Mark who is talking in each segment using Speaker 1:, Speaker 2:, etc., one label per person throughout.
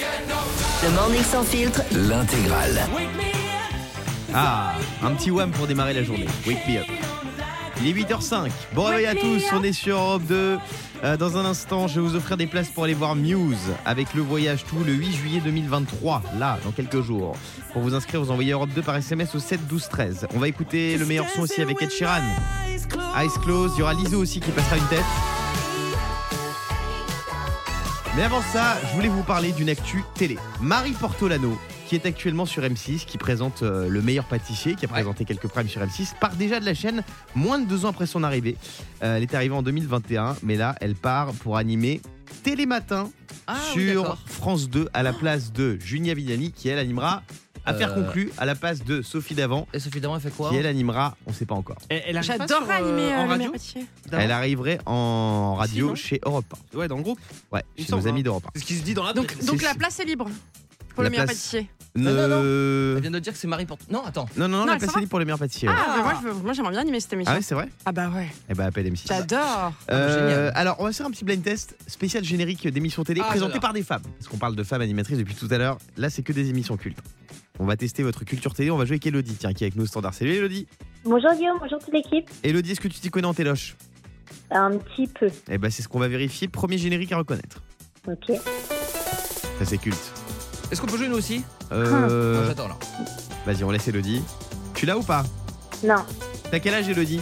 Speaker 1: Le morning sans filtre,
Speaker 2: L'intégrale.
Speaker 3: Ah, un petit wham pour démarrer la journée. Wake me up. Il est 8h05. Bon réveil à tous, on est sur Europe 2. Euh, dans un instant, je vais vous offrir des places pour aller voir Muse avec le voyage tout le 8 juillet 2023, là, dans quelques jours. Pour vous inscrire, vous envoyez Europe 2 par SMS au 7 12 13. On va écouter le meilleur son aussi avec Ed Sheeran.
Speaker 4: Ah,
Speaker 3: Eyes Closed, il y aura Lizzo aussi qui passera une tête. Mais avant ça, je voulais vous parler d'une actu télé. Marie Portolano, qui est actuellement sur M6, qui présente euh, Le meilleur pâtissier, qui a présenté quelques primes sur M6, part déjà de la chaîne moins de deux ans après son arrivée. Euh, elle est arrivée en 2021, mais là, elle part pour animer Télématin
Speaker 5: Ah, oui,
Speaker 3: sur
Speaker 5: d'accord.
Speaker 3: France 2 à la place de Junia Villani, qui elle animera Affaire
Speaker 5: Euh.
Speaker 3: conclue à la place de Sophie Davant,
Speaker 5: Et Sophie Daron, elle fait quoi
Speaker 3: qui elle animera, on sait pas encore.
Speaker 6: Elle, elle a une
Speaker 4: J'adore
Speaker 6: face
Speaker 4: euh,
Speaker 6: pour animer,
Speaker 4: en
Speaker 6: euh, le
Speaker 4: radio.
Speaker 6: meilleur
Speaker 3: Elle arriverait en radio
Speaker 6: non
Speaker 3: chez Europe
Speaker 6: Ouais, dans le groupe.
Speaker 3: 1. Ouais,
Speaker 6: Il me
Speaker 3: chez nos
Speaker 6: semble,
Speaker 3: amis
Speaker 6: hein.
Speaker 3: d'Europe
Speaker 6: C'est ce qui se dit dans la
Speaker 4: Donc,
Speaker 3: C'est-
Speaker 4: donc la
Speaker 3: c'est-
Speaker 4: place est libre pour
Speaker 3: La
Speaker 4: le meilleur
Speaker 3: place-
Speaker 4: pâtissier.
Speaker 3: 1.
Speaker 5: Non, non, non.
Speaker 3: Ne-
Speaker 5: Elle vient de dire que c'est Marie Porte. Non, attends.
Speaker 3: Euh, Non, non, non,
Speaker 4: Non,
Speaker 3: la
Speaker 4: elle
Speaker 3: place
Speaker 4: s'en
Speaker 3: est libre pour le meilleur pâtissier. ouais.
Speaker 4: Ah, bah moi, je veux- moi, j'aimerais bien animer cette émission.
Speaker 3: Ah ouais, c'est vrai
Speaker 4: Ah bah ouais, Eh
Speaker 3: Eh ben, appelle M6.
Speaker 4: j'adore.
Speaker 3: Euh,
Speaker 5: Génial.
Speaker 3: alors, on va faire un petit blind test spécial générique d'émissions télé
Speaker 5: Ah,
Speaker 3: présentées
Speaker 5: j'adore.
Speaker 3: par des femmes. Parce qu'on parle de femmes animatrices depuis tout à l'heure. Là, c'est que des émissions cultes. On va tester votre culture télé. On va jouer avec Elodie, tiens, qui est avec nous au standard. Salut Elodie.
Speaker 7: Bonjour Guillaume, bonjour toute l'équipe.
Speaker 3: Elodie, est-ce que tu t'y connais en téloche
Speaker 7: Un petit peu,
Speaker 3: Eh ben, c'est ce qu'on va vérifier. Premier générique à reconnaître.
Speaker 7: ok.
Speaker 3: Ça, c'est culte.
Speaker 5: Est-ce qu'on peut jouer nous aussi Non,
Speaker 3: Euh,
Speaker 5: J'attends là.
Speaker 3: Vas-y, on laisse Elodie. Tu l'as ou pas
Speaker 7: Non,
Speaker 3: T'as quel âge, Elodie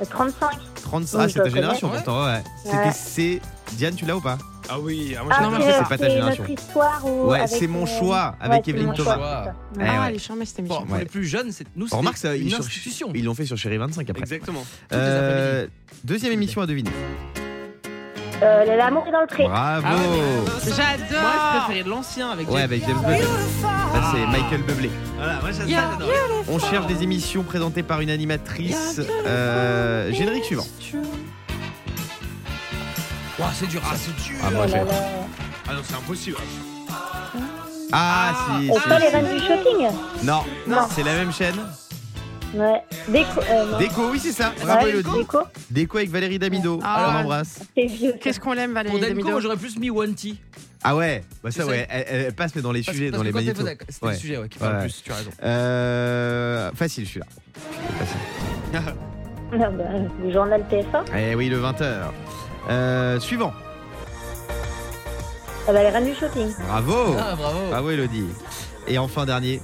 Speaker 7: euh, 35.
Speaker 3: 35.
Speaker 7: Oui,
Speaker 3: Ah,
Speaker 7: je
Speaker 3: c'est ta
Speaker 7: la connais.
Speaker 3: génération pourtant, ouais. C'était
Speaker 7: Ouais.
Speaker 3: c'est. Diane, tu l'as ou pas
Speaker 6: Ah oui, ah, moi,
Speaker 7: Ah,
Speaker 6: j'adore.
Speaker 3: mais en fait, c'est pas ta génération.
Speaker 7: Notre histoire ou
Speaker 3: Ouais,
Speaker 7: avec,
Speaker 3: c'est mon
Speaker 7: euh,
Speaker 3: choix avec
Speaker 7: c'est
Speaker 3: Evelyne
Speaker 7: mon
Speaker 3: Thomas.
Speaker 7: choix, c'est ça.
Speaker 3: Eh
Speaker 4: ah,
Speaker 3: ouais.
Speaker 4: elle est charmée cette
Speaker 5: Bon,
Speaker 4: émission.
Speaker 5: pour
Speaker 3: Ouais.
Speaker 5: les plus jeunes, c'est nous. c'était
Speaker 3: Remarque, ça,
Speaker 5: une
Speaker 3: ils sont-
Speaker 5: institution.
Speaker 3: Ils l'ont fait sur Chérie 25 après.
Speaker 6: Exactement.
Speaker 5: les
Speaker 3: Euh, deuxième émission à deviner.
Speaker 7: Euh, L'amour est dans le pré.
Speaker 3: Bravo
Speaker 6: Ah ouais, mais- Moi, je
Speaker 4: J'adore.
Speaker 6: préférais de l'ancien avec
Speaker 3: Ouais,
Speaker 6: James.
Speaker 3: avec James Bublé. Ça, c'est
Speaker 6: Ah.
Speaker 3: Michael Bublé.
Speaker 6: Voilà, moi, j'adore.
Speaker 4: Yeah,
Speaker 6: j'adore.
Speaker 3: On cherche des émissions présentées par une animatrice. Euh, générique suivant.
Speaker 5: Ouah, c'est dur. Ah, c'est dur.
Speaker 3: Ah, moi, j'ai-
Speaker 6: Ah non, c'est impossible.
Speaker 3: Ah, si,
Speaker 7: On
Speaker 3: si,
Speaker 7: sent les
Speaker 3: si.
Speaker 7: vannes du shopping
Speaker 3: Non,
Speaker 7: Non.
Speaker 3: c'est la même chaîne.
Speaker 7: Ouais. Déco. euh, non.
Speaker 3: Déco, oui, c'est ça.
Speaker 7: Ouais,
Speaker 3: Bravo, Elodie.
Speaker 7: Déco,
Speaker 3: Déco avec Valérie Damido.
Speaker 4: Ah.
Speaker 3: on l'embrasse.
Speaker 7: c'est vieux.
Speaker 4: Qu'est-ce qu'on l'aime,
Speaker 5: Pour
Speaker 4: Valérie
Speaker 5: Denko,
Speaker 4: Damido
Speaker 5: moi, j'aurais plus mis One T.
Speaker 3: Ah ouais, bah ça,
Speaker 5: Tu sais.
Speaker 3: ouais, elle, elle passe, mais dans les
Speaker 5: Parce-
Speaker 3: sujets,
Speaker 5: parce
Speaker 3: dans
Speaker 5: que
Speaker 3: les
Speaker 5: quand t'es
Speaker 3: magnétos.
Speaker 5: faisable, C'était
Speaker 3: Ouais.
Speaker 5: le sujet ouais, qui parle
Speaker 3: Ouais.
Speaker 5: plus, tu as raison.
Speaker 3: Euh, facile, celui-là. Facile.
Speaker 7: Non, bah, Le journal TF1.
Speaker 3: Eh oui, le 20h. suivant.
Speaker 7: Ah bah, les reines du shopping.
Speaker 3: Bravo.
Speaker 5: Ah, bravo.
Speaker 3: Bravo, Elodie. Et enfin, dernier.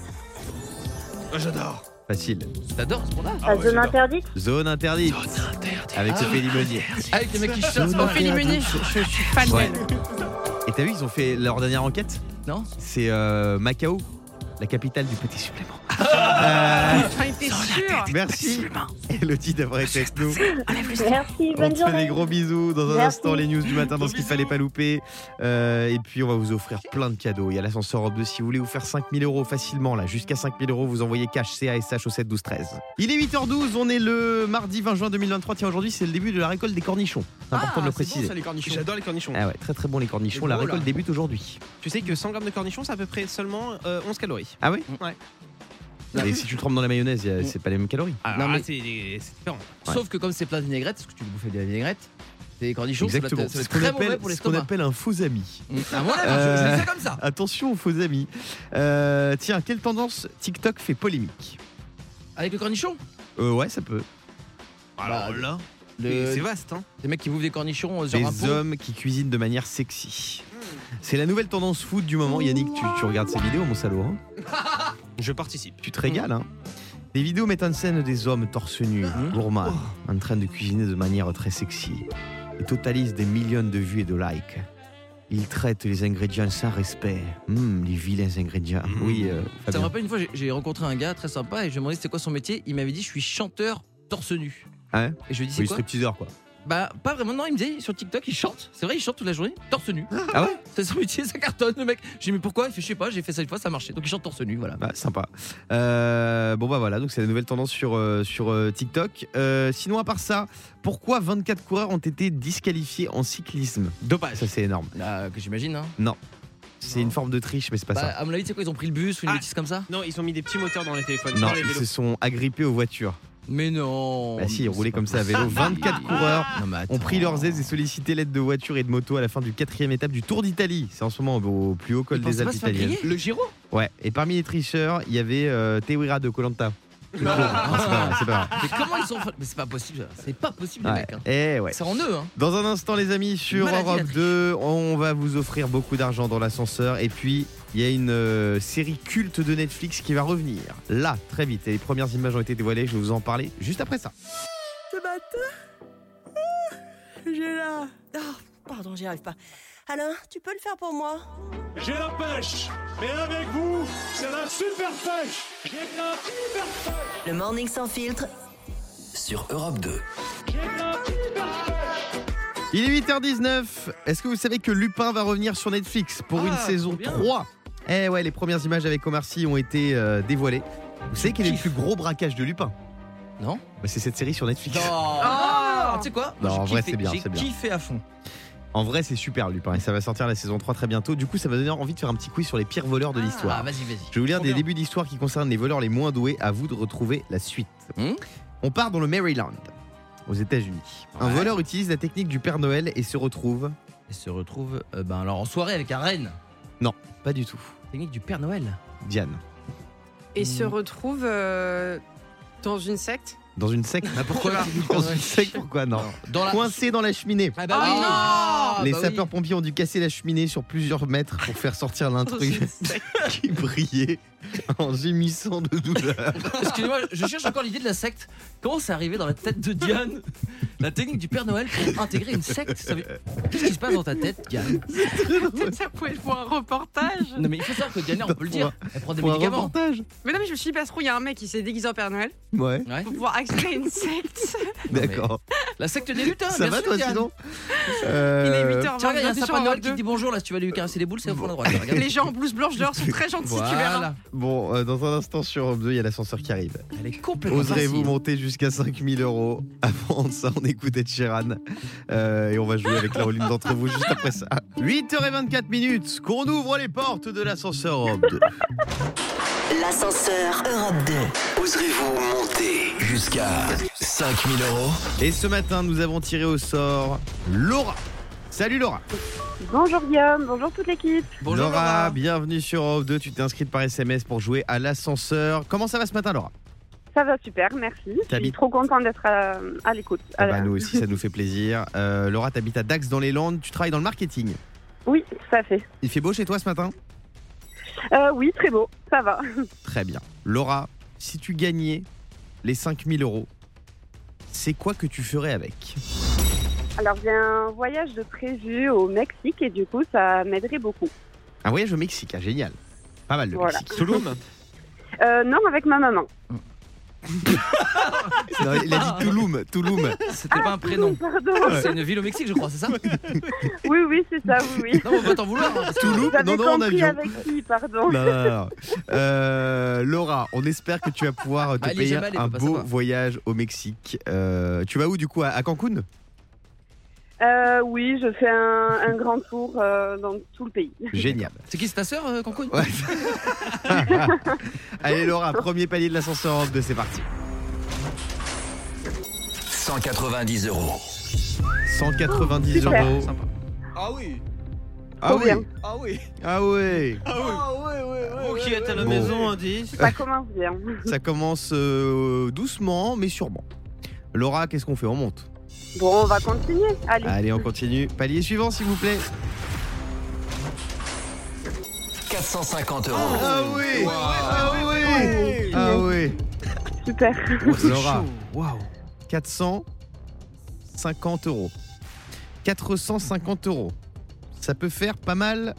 Speaker 6: Ah, j'adore.
Speaker 3: Facile.
Speaker 5: T'adores ce qu'on
Speaker 7: Ah,
Speaker 6: ouais,
Speaker 7: zone
Speaker 6: j'adore.
Speaker 7: interdite.
Speaker 3: Zone interdite. Avec
Speaker 5: Ah.
Speaker 3: Ophélie Meunier.
Speaker 5: Avec les mecs qui chantent.
Speaker 3: Zone
Speaker 4: Ophélie
Speaker 3: interdite.
Speaker 4: Meunier, je, je- je suis fan
Speaker 3: Ouais.
Speaker 4: d'elle.
Speaker 3: Et t'as vu, ils ont fait leur dernière enquête
Speaker 5: Non.
Speaker 3: C'est euh, Macao, la capitale du petit supplément.
Speaker 5: Ah.
Speaker 3: Euh,
Speaker 4: Enfin, il était sûr.
Speaker 3: merci. Elodie devrait être avec nous.
Speaker 7: Merci,
Speaker 3: On
Speaker 7: bonne
Speaker 3: te fait
Speaker 7: journée.
Speaker 3: des gros bisous. Dans un
Speaker 7: Merci.
Speaker 3: instant, les news du matin, dans
Speaker 6: Gros
Speaker 3: ce qu'il
Speaker 6: bisous.
Speaker 3: fallait pas louper. Euh, et puis, on va vous offrir plein de cadeaux. Il y a l'ascenseur Europe 2. Si vous voulez vous faire 5000 euros facilement, là, jusqu'à 5000 euros, vous envoyez cash CASH au 7 12 13. Il est 8h12. On est le mardi 20 juin 2023. Tiens, aujourd'hui, c'est le début de la récolte des cornichons. C'est important
Speaker 5: Ah,
Speaker 3: de le préciser.
Speaker 6: les cornichons. J'adore les cornichons.
Speaker 3: ah ouais, très très bon les cornichons.
Speaker 6: C'est
Speaker 3: La
Speaker 6: beau,
Speaker 3: récolte
Speaker 6: là.
Speaker 3: débute aujourd'hui.
Speaker 6: Tu sais que 100 grammes de cornichons, c'est à peu près seulement euh, 11 calories.
Speaker 3: Ah oui
Speaker 6: Ouais.
Speaker 3: Et si tu trempes dans la mayonnaise, y a- c'est pas les mêmes calories.
Speaker 6: Ah,
Speaker 5: Non,
Speaker 6: ah,
Speaker 5: mais-
Speaker 6: c'est c'est différent.
Speaker 5: Sauf que comme c'est plein de vinaigrettes, est-ce que tu veux bouffer de la vinaigrette Des cornichons, ça va être-
Speaker 3: Exactement.
Speaker 5: ça va
Speaker 3: C'est ce
Speaker 5: être
Speaker 3: qu'on
Speaker 5: très mauvais
Speaker 3: appelle,
Speaker 5: pour
Speaker 3: ce qu'on
Speaker 5: l'estomac. Mm.
Speaker 3: appelle un faux ami.
Speaker 5: À mon avis, je- je
Speaker 3: Euh.
Speaker 5: le fais comme ça.
Speaker 3: Attention aux faux amis. Euh, tiens, quelle tendance TikTok fait polémique
Speaker 5: Avec le cornichon Ah,
Speaker 3: euh, Ouais, ça peut.
Speaker 6: Alors Oh là,
Speaker 5: Le-
Speaker 3: Euh,
Speaker 6: c'est vaste. Hein.
Speaker 5: Des mecs qui bouffent des cornichons euh, sur un
Speaker 3: Les
Speaker 5: pot.
Speaker 3: hommes qui cuisinent de manière sexy. C'est la nouvelle tendance food du moment. Yannick, tu, tu regardes ces vidéos, mon salaud. hein
Speaker 6: Je participe.
Speaker 3: tu te régales. Hein Des vidéos mettent en scène des hommes torse nus,
Speaker 6: Hein
Speaker 3: gourmands,
Speaker 6: Oh.
Speaker 3: en train de cuisiner de manière très sexy et totalisent des millions de vues et de likes. Ils traitent les ingrédients sans respect. Hum, les vilains ingrédients.
Speaker 6: Mmh.
Speaker 3: Oui, euh,
Speaker 5: Ça me
Speaker 3: Fabien.
Speaker 5: rappelle une fois, j'ai- j'ai rencontré un gars très sympa et je lui ai demandé c'était quoi son métier. Il m'avait dit je suis chanteur torse nu.
Speaker 3: Ah ouais
Speaker 5: Et je lui ai dit c'est
Speaker 3: Oui,
Speaker 5: quoi
Speaker 3: stripteaseur, quoi.
Speaker 5: Bah pas vraiment. Non, il me disait sur TikTok il chante. C'est vrai, il chante toute la journée torse nu.
Speaker 3: Ah ouais
Speaker 5: C'est son métier, ça cartonne le mec. J'ai dit mais pourquoi Il fait je sais pas. J'ai fait ça une fois, ça marchait. Donc il chante torse nu, voilà.
Speaker 3: Ah, sympa. Euh, bon, bah voilà, donc c'est la nouvelle tendance sur, euh, sur euh, TikTok. Euh, sinon, à part ça, pourquoi 24 coureurs ont été disqualifiés en cyclisme Ah,
Speaker 6: Dopage.
Speaker 3: Ça, c'est énorme.
Speaker 5: Là, que j'imagine. Hein.
Speaker 3: C'est
Speaker 6: Non.
Speaker 3: une forme de triche, mais c'est pas
Speaker 5: Bah,
Speaker 3: ça.
Speaker 5: à mon avis, c'est quoi Ils ont pris le bus ou une
Speaker 6: Ah.
Speaker 5: bêtise comme ça
Speaker 6: Non, ils ont mis des petits moteurs dans les téléphones.
Speaker 3: Non,
Speaker 6: dans les
Speaker 3: ils
Speaker 6: vélos.
Speaker 3: se sont agrippés aux voitures.
Speaker 5: Mais non.
Speaker 3: Bah si, ils
Speaker 5: mais
Speaker 3: roulaient
Speaker 5: c'est pas
Speaker 3: comme ça à vélo.
Speaker 5: possible.
Speaker 3: 24 coureurs
Speaker 5: Non, mais attends.
Speaker 3: ont pris leurs aises et sollicité l'aide de voitures et de motos à la fin du quatrième étape du Tour d'Italie. C'est en ce moment au plus haut col
Speaker 5: Ils
Speaker 3: des
Speaker 5: pensaient pas
Speaker 3: Alpes
Speaker 5: se faire
Speaker 3: italiennes.
Speaker 5: griller
Speaker 6: Le Giro
Speaker 3: Ouais, et parmi les tricheurs, il y avait euh, Tewira de Colanta. C'est
Speaker 5: Ah.
Speaker 3: pas vrai, c'est pas
Speaker 5: Mais comment ils sont. fa- Mais c'est pas possible. C'est pas possible, les
Speaker 3: vrai.
Speaker 5: mecs. hein.
Speaker 3: Ouais. Eh ouais.
Speaker 5: C'est en eux, hein.
Speaker 3: Dans un instant, les amis, sur
Speaker 5: Maladie, la
Speaker 3: Europe
Speaker 5: triche.
Speaker 3: 2, on va vous offrir beaucoup d'argent dans l'ascenseur. Et puis, il y a une euh, série culte de Netflix qui va revenir. Là, très vite. Et les premières images ont été dévoilées. Je vais vous en parler juste après ça.
Speaker 1: Ce matin, ah, j'ai là. Ah, pardon, j'y arrive pas. Alain, tu peux le faire pour moi
Speaker 2: J'ai la pêche, mais avec vous, c'est la super pêche. J'ai la super pêche.
Speaker 1: Le morning sans filtre.
Speaker 8: sur Europe 2.
Speaker 2: J'ai la super pêche.
Speaker 3: Il est 8h19. Est-ce que vous savez que Lupin va revenir sur Netflix pour
Speaker 6: Ah,
Speaker 3: une saison
Speaker 6: trop bien.
Speaker 3: 3 Eh ouais, les premières images avec Omar Sy ont été euh, dévoilées. Vous savez quel est le plus gros braquage de Lupin
Speaker 5: Non.
Speaker 3: Bah, C'est cette série sur Netflix.
Speaker 5: Ah, Tu sais quoi Moi,
Speaker 3: Non,
Speaker 5: j'ai
Speaker 3: en vrai,
Speaker 5: kiffé.
Speaker 3: c'est bien,
Speaker 5: J'ai
Speaker 3: c'est bien.
Speaker 5: kiffé à fond.
Speaker 3: En vrai, c'est super Lupin. Et ça va sortir la saison 3 très bientôt. Du coup, ça va donner envie de faire un petit quiz sur les pires voleurs de l'histoire.
Speaker 5: Ah, vas-y, vas-y.
Speaker 3: Je vais vous lire
Speaker 5: Trop
Speaker 3: des
Speaker 5: bien.
Speaker 3: débuts d'histoire qui concernent les voleurs les moins doués. À vous de retrouver la suite.
Speaker 5: Hmm
Speaker 3: On part dans le Maryland, aux États-Unis. Un
Speaker 5: Ouais.
Speaker 3: voleur utilise la technique du Père Noël et se retrouve
Speaker 5: Et se retrouve euh, ben, alors en soirée avec un renne.
Speaker 3: pas du tout.
Speaker 5: Technique du Père Noël.
Speaker 3: Diane,
Speaker 4: Et se retrouve euh, dans une secte.
Speaker 3: dans une secte.
Speaker 5: Bah pourquoi la technique du Père
Speaker 3: Dans
Speaker 5: Noël
Speaker 3: une secte, pourquoi non
Speaker 5: Dans la.
Speaker 3: Coincé dans la cheminée.
Speaker 5: Ah bah oui.
Speaker 4: Oh non
Speaker 5: Ah,
Speaker 3: les
Speaker 5: bah oui.
Speaker 3: sapeurs-pompiers ont dû casser la cheminée sur plusieurs mètres pour faire sortir
Speaker 5: Oh,
Speaker 4: Dans
Speaker 3: l'intrus
Speaker 4: une secte.
Speaker 3: qui brillait en gémissant de douleur.
Speaker 5: Excusez-moi, je cherche encore l'idée de la secte. Comment c'est arrivé dans la tête de Diane La technique du Père Noël pour intégrer une secte ça veut- Qu'est-ce qui se passe dans ta tête, Diane
Speaker 4: Peut-être ça pouvait être pour un reportage.
Speaker 5: Non mais il faut savoir que Diane, on peut le
Speaker 3: Pour
Speaker 5: dire, elle prend des
Speaker 3: Pour un
Speaker 5: médicaments.
Speaker 3: reportage.
Speaker 4: Mais non, mais je me suis dit, parce qu'il y a un mec qui s'est déguisé en Père Noël
Speaker 3: Ouais,
Speaker 5: Ouais.
Speaker 4: pour pouvoir accéder à une secte.
Speaker 5: mais-
Speaker 3: d'accord.
Speaker 5: La secte des lutins,
Speaker 3: Ça
Speaker 5: bien
Speaker 3: va
Speaker 5: sûr,
Speaker 3: toi
Speaker 5: Diane.
Speaker 3: sinon
Speaker 4: Il est
Speaker 3: Euh,
Speaker 4: 8h20,
Speaker 5: Tiens, regarde, il y a un
Speaker 4: bientôt sur
Speaker 5: sapin de Noël
Speaker 4: Europe
Speaker 5: qui te
Speaker 4: 2.
Speaker 5: dit bonjour là, si tu vas lui caresser les boules, c'est au fond de droite. Regarde.
Speaker 4: Les gens en blouse blanche dehors sont très gentils, tu verras.
Speaker 5: Voilà.
Speaker 3: Bon, euh, dans un instant sur Europe 2, il y a l'ascenseur qui arrive.
Speaker 5: Elle est complètement
Speaker 3: Oserez-vous
Speaker 5: facile.
Speaker 3: monter jusqu'à 5000 euros Avant ça, on écoutait Sheeran. Euh, et on va jouer avec la l'une d'entre vous juste après ça. 8h24 minutes, qu'on ouvre les portes de l'ascenseur Europe 2.
Speaker 1: L'ascenseur Europe 2.
Speaker 8: Oserez-vous monter jusqu'à 5000 euros
Speaker 3: Et ce matin, nous avons tiré au sort Laura. Salut Laura.
Speaker 7: Bonjour Guillaume, bonjour toute l'équipe.
Speaker 5: Bonjour Laura.
Speaker 3: bienvenue sur Europe 2. Tu t'es inscrite par SMS pour jouer à l'ascenseur. Comment ça va ce matin, Laura
Speaker 7: Ça va super, merci. Je suis
Speaker 3: T'habites-
Speaker 7: trop contente d'être à, à l'écoute.
Speaker 3: Ah
Speaker 7: Euh,
Speaker 3: bah, Nous aussi, ça nous fait plaisir. Euh, Laura, t'habites à Dax dans les Landes. Tu travailles dans le marketing.
Speaker 7: Oui, tout à fait.
Speaker 3: Il fait beau chez toi ce matin
Speaker 7: Euh, oui, très beau, ça va.
Speaker 3: Très bien. Laura, si tu gagnais les 5000 euros, c'est quoi que tu ferais avec
Speaker 7: Alors j'ai un voyage de prévu au Mexique et du coup ça m'aiderait beaucoup.
Speaker 3: Un voyage au Mexique, ah, génial. Pas mal le
Speaker 7: Voilà.
Speaker 3: Mexique.
Speaker 6: Touloum
Speaker 7: Euh, non, avec ma maman.
Speaker 3: Non, il a dit Touloum, Touloum.
Speaker 5: C'était pas un prénom.
Speaker 7: Pardon.
Speaker 5: C'est une ville au Mexique, je crois, c'est ça Non,
Speaker 7: Oui, oui, c'est ça, oui, oui.
Speaker 5: on va t'en vouloir. hein, parce que-
Speaker 3: Touloum Non,
Speaker 7: J'avais
Speaker 3: non, en
Speaker 7: compris
Speaker 3: avion.
Speaker 7: avec qui, pardon.
Speaker 3: Non, non, non. Euh, Laura, on espère que tu vas pouvoir te
Speaker 5: Ah, elle est
Speaker 3: payer
Speaker 5: jamais allée,
Speaker 3: un
Speaker 5: faut pas
Speaker 3: beau
Speaker 5: savoir.
Speaker 3: voyage au Mexique. Euh, tu vas où du coup à- À Cancun
Speaker 7: Euh, oui, je fais un, un grand tour euh, dans tout le pays.
Speaker 3: Génial.
Speaker 5: C'est qui, c'est ta sœur, euh, Cancun
Speaker 3: Ouais. Allez Laura, premier palier de l'ascenseur en 2, c'est parti.
Speaker 8: 190 euros.
Speaker 3: 190
Speaker 7: Super.
Speaker 3: euros.
Speaker 6: Sympa.
Speaker 2: Ah oui,
Speaker 3: Ah
Speaker 7: Trop
Speaker 3: oui,
Speaker 7: bien.
Speaker 2: ah oui,
Speaker 3: ah oui.
Speaker 2: ah oui.
Speaker 6: Vous qui êtes à la
Speaker 3: Bon.
Speaker 6: maison, indice.
Speaker 7: Ça commence bien.
Speaker 3: Ça commence euh, doucement, mais sûrement. Laura, qu'est-ce qu'on fait On monte.
Speaker 7: Bon, on va continuer. Allez.
Speaker 3: Allez, on continue. Palier suivant, s'il vous plaît.
Speaker 8: 450 euros.
Speaker 3: Ah oui Ah oui Ah oui
Speaker 7: Super.
Speaker 3: Laura, 450 euros. 450 euros. Ça peut faire pas mal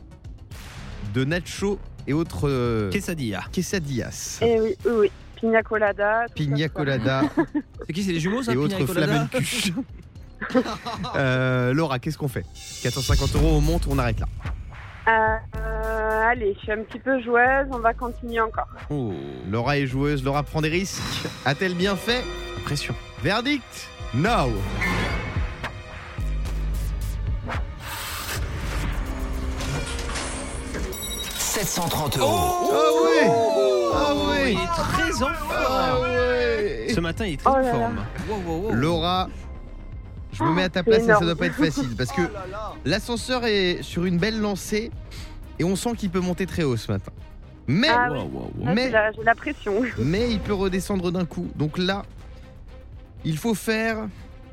Speaker 3: de nachos et autres euh,
Speaker 6: Quesadilla.
Speaker 3: quesadillas.
Speaker 7: Et oui, oui, oui. Pina colada. tout ça,
Speaker 3: Pina
Speaker 7: tout ça.
Speaker 3: colada
Speaker 5: C'est qui, c'est les jumeaux, ça
Speaker 3: et
Speaker 5: Pina
Speaker 3: autres
Speaker 5: Colada
Speaker 3: flamencuches. Euh, Laura, qu'est-ce qu'on fait 450 euros, on monte, on arrête là.
Speaker 7: Euh, euh, allez, je suis un petit peu joueuse. On va continuer encore.
Speaker 3: Laura est joueuse, Laura prend des risques. A-t-elle bien fait
Speaker 6: Pression.
Speaker 3: Verdict No
Speaker 8: 730 euros.
Speaker 3: Ah oui Ah
Speaker 5: Il
Speaker 3: oui
Speaker 7: Oh.
Speaker 5: est très en forme.
Speaker 3: Ah oui
Speaker 6: Ce matin, il est très
Speaker 7: Oh
Speaker 6: en
Speaker 7: là là.
Speaker 6: forme.
Speaker 5: Wow, wow, wow.
Speaker 3: Laura, je me mets à ta
Speaker 7: Oh. Ah, c'est
Speaker 3: place et ça
Speaker 7: énorme. Oh
Speaker 3: doit pas être facile parce que l'ascenseur est sur une belle lancée et on sent qu'il peut monter très haut ce matin. Mais,
Speaker 7: Ah oui. Ah,
Speaker 3: mais,
Speaker 7: j'ai la- J'ai la pression.
Speaker 3: mais il peut redescendre d'un coup. Donc là, il faut faire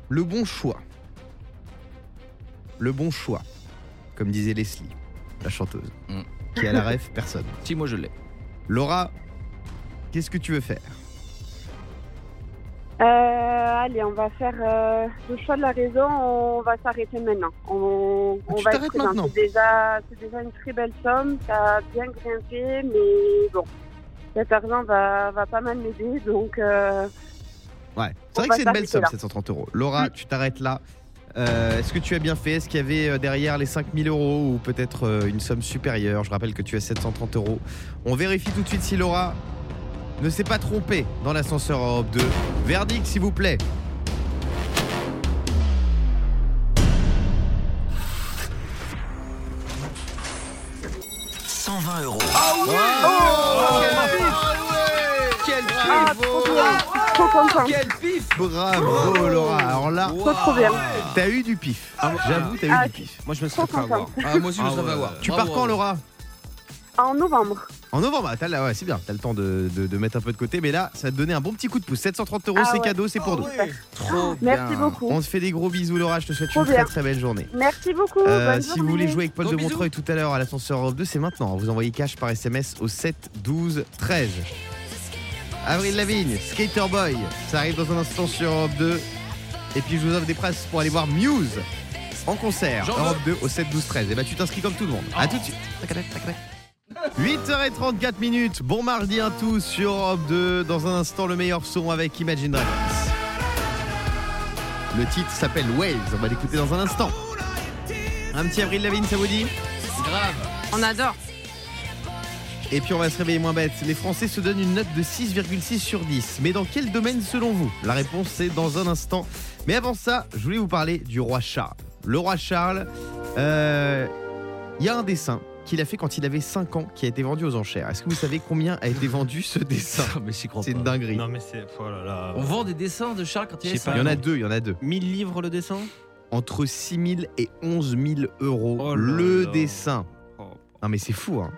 Speaker 3: le bon choix. Le bon choix, comme disait Leslie, la chanteuse,
Speaker 5: Mm.
Speaker 3: qui a la ref, personne.
Speaker 5: Si, moi je l'ai.
Speaker 3: Laura, qu'est-ce que tu veux faire
Speaker 7: Euh, allez, on va faire euh, le choix de la raison. On va s'arrêter maintenant. On,
Speaker 3: Ah,
Speaker 7: on
Speaker 3: tu
Speaker 7: va
Speaker 3: t'arrêtes
Speaker 7: être présent.
Speaker 3: maintenant
Speaker 7: C'est déjà, c'est déjà une très belle somme. Ça a bien grimpé, mais bon, cet argent va, va pas mal m'aider. Donc, euh,
Speaker 3: Ouais, c'est
Speaker 7: On
Speaker 3: vrai que
Speaker 7: va
Speaker 3: c'est une belle
Speaker 7: s'arrêter
Speaker 3: somme,
Speaker 7: là.
Speaker 3: 730 euros. Laura, tu t'arrêtes là. Euh, Est-ce que tu as bien fait Est-ce qu'il y avait euh, derrière les 5000 euros ou peut-être euh, une somme supérieure Je rappelle que tu as 730 euros. On vérifie tout de suite si Laura ne s'est pas trompée dans l'ascenseur à Europe 2. Verdict, s'il vous plaît. Oh, quel pif
Speaker 7: ah,
Speaker 3: Quel
Speaker 7: trop
Speaker 3: pif
Speaker 7: bien, trop content,
Speaker 5: Quel pif
Speaker 3: Bravo, Laura. Alors là,
Speaker 7: trop trop bien.
Speaker 3: t'as eu du pif. J'avoue, t'as eu
Speaker 7: Ah,
Speaker 3: du pif.
Speaker 6: Moi, je me
Speaker 7: Trop
Speaker 6: serais fait avoir.
Speaker 5: Ah, moi aussi je
Speaker 6: Ah
Speaker 5: le savais
Speaker 6: ouais.
Speaker 5: avoir.
Speaker 3: Tu
Speaker 5: Bravo,
Speaker 3: pars
Speaker 5: hein.
Speaker 3: quand,
Speaker 5: bravo.
Speaker 3: Laura
Speaker 7: En novembre.
Speaker 3: En novembre, ah, t'as là, ouais, c'est bien, t'as le temps de, de- de mettre un peu de côté, mais là, ça va te donner un bon petit coup de pouce. 730 euros,
Speaker 7: Ah
Speaker 3: c'est
Speaker 7: ouais.
Speaker 3: cadeau, c'est pour nous.
Speaker 5: Trop
Speaker 7: Merci
Speaker 5: bien.
Speaker 7: beaucoup.
Speaker 3: On te fait des gros bisous, Laura, je te souhaite
Speaker 7: Trop
Speaker 3: une très
Speaker 7: bien.
Speaker 3: très belle journée.
Speaker 7: Merci beaucoup.
Speaker 3: Euh,
Speaker 7: bonne
Speaker 3: si
Speaker 7: journée.
Speaker 3: vous voulez jouer avec Paul
Speaker 5: Gros
Speaker 3: de Montreuil tout à l'heure à l'ascenseur Europe 2, c'est maintenant. Vous envoyez cash par SMS au 7 12 13. Avril Lavigne, Skater Boy, ça arrive dans un instant sur Europe 2. Et puis je vous offre des places pour aller voir Muse en concert
Speaker 5: J'en veux. Oh.
Speaker 3: Europe 2 au 7 12 13. Et bah tu t'inscris comme tout le monde. À tout de suite. 8h34 minutes, bon mardi à tous sur Europe 2. Dans un instant, le meilleur son avec Imagine Dragons. Le titre s'appelle Waves, on va l'écouter dans un instant. Un petit Avril Lavigne, ça vous dit
Speaker 5: Grave.
Speaker 4: On adore.
Speaker 3: Et puis on va se réveiller moins bête. Les Français se donnent une note de 6,6 sur 10. Mais dans quel domaine selon vous La réponse c'est dans un instant. Mais avant ça, je voulais vous parler du roi Charles. Le roi Charles, euh, il y a un dessin qu'il a fait quand il avait 5 ans qui a été vendu aux enchères. Est-ce que vous savez combien a été vendu ce dessin
Speaker 5: Ça, Ah, mais j'y crois
Speaker 3: C'est une
Speaker 5: pas.
Speaker 3: dinguerie.
Speaker 2: Non, mais c'est. Oh là là.
Speaker 5: On vend des dessins de Charles quand il
Speaker 6: Je
Speaker 5: est
Speaker 6: sais pas.
Speaker 3: Il y en a deux, il y en a deux.
Speaker 6: 1000 livres le dessin
Speaker 3: Entre 6 000 et 11 000 euros
Speaker 6: Oh là
Speaker 3: le
Speaker 6: là.
Speaker 3: dessin.
Speaker 6: Oh.
Speaker 3: Non mais c'est fou, hein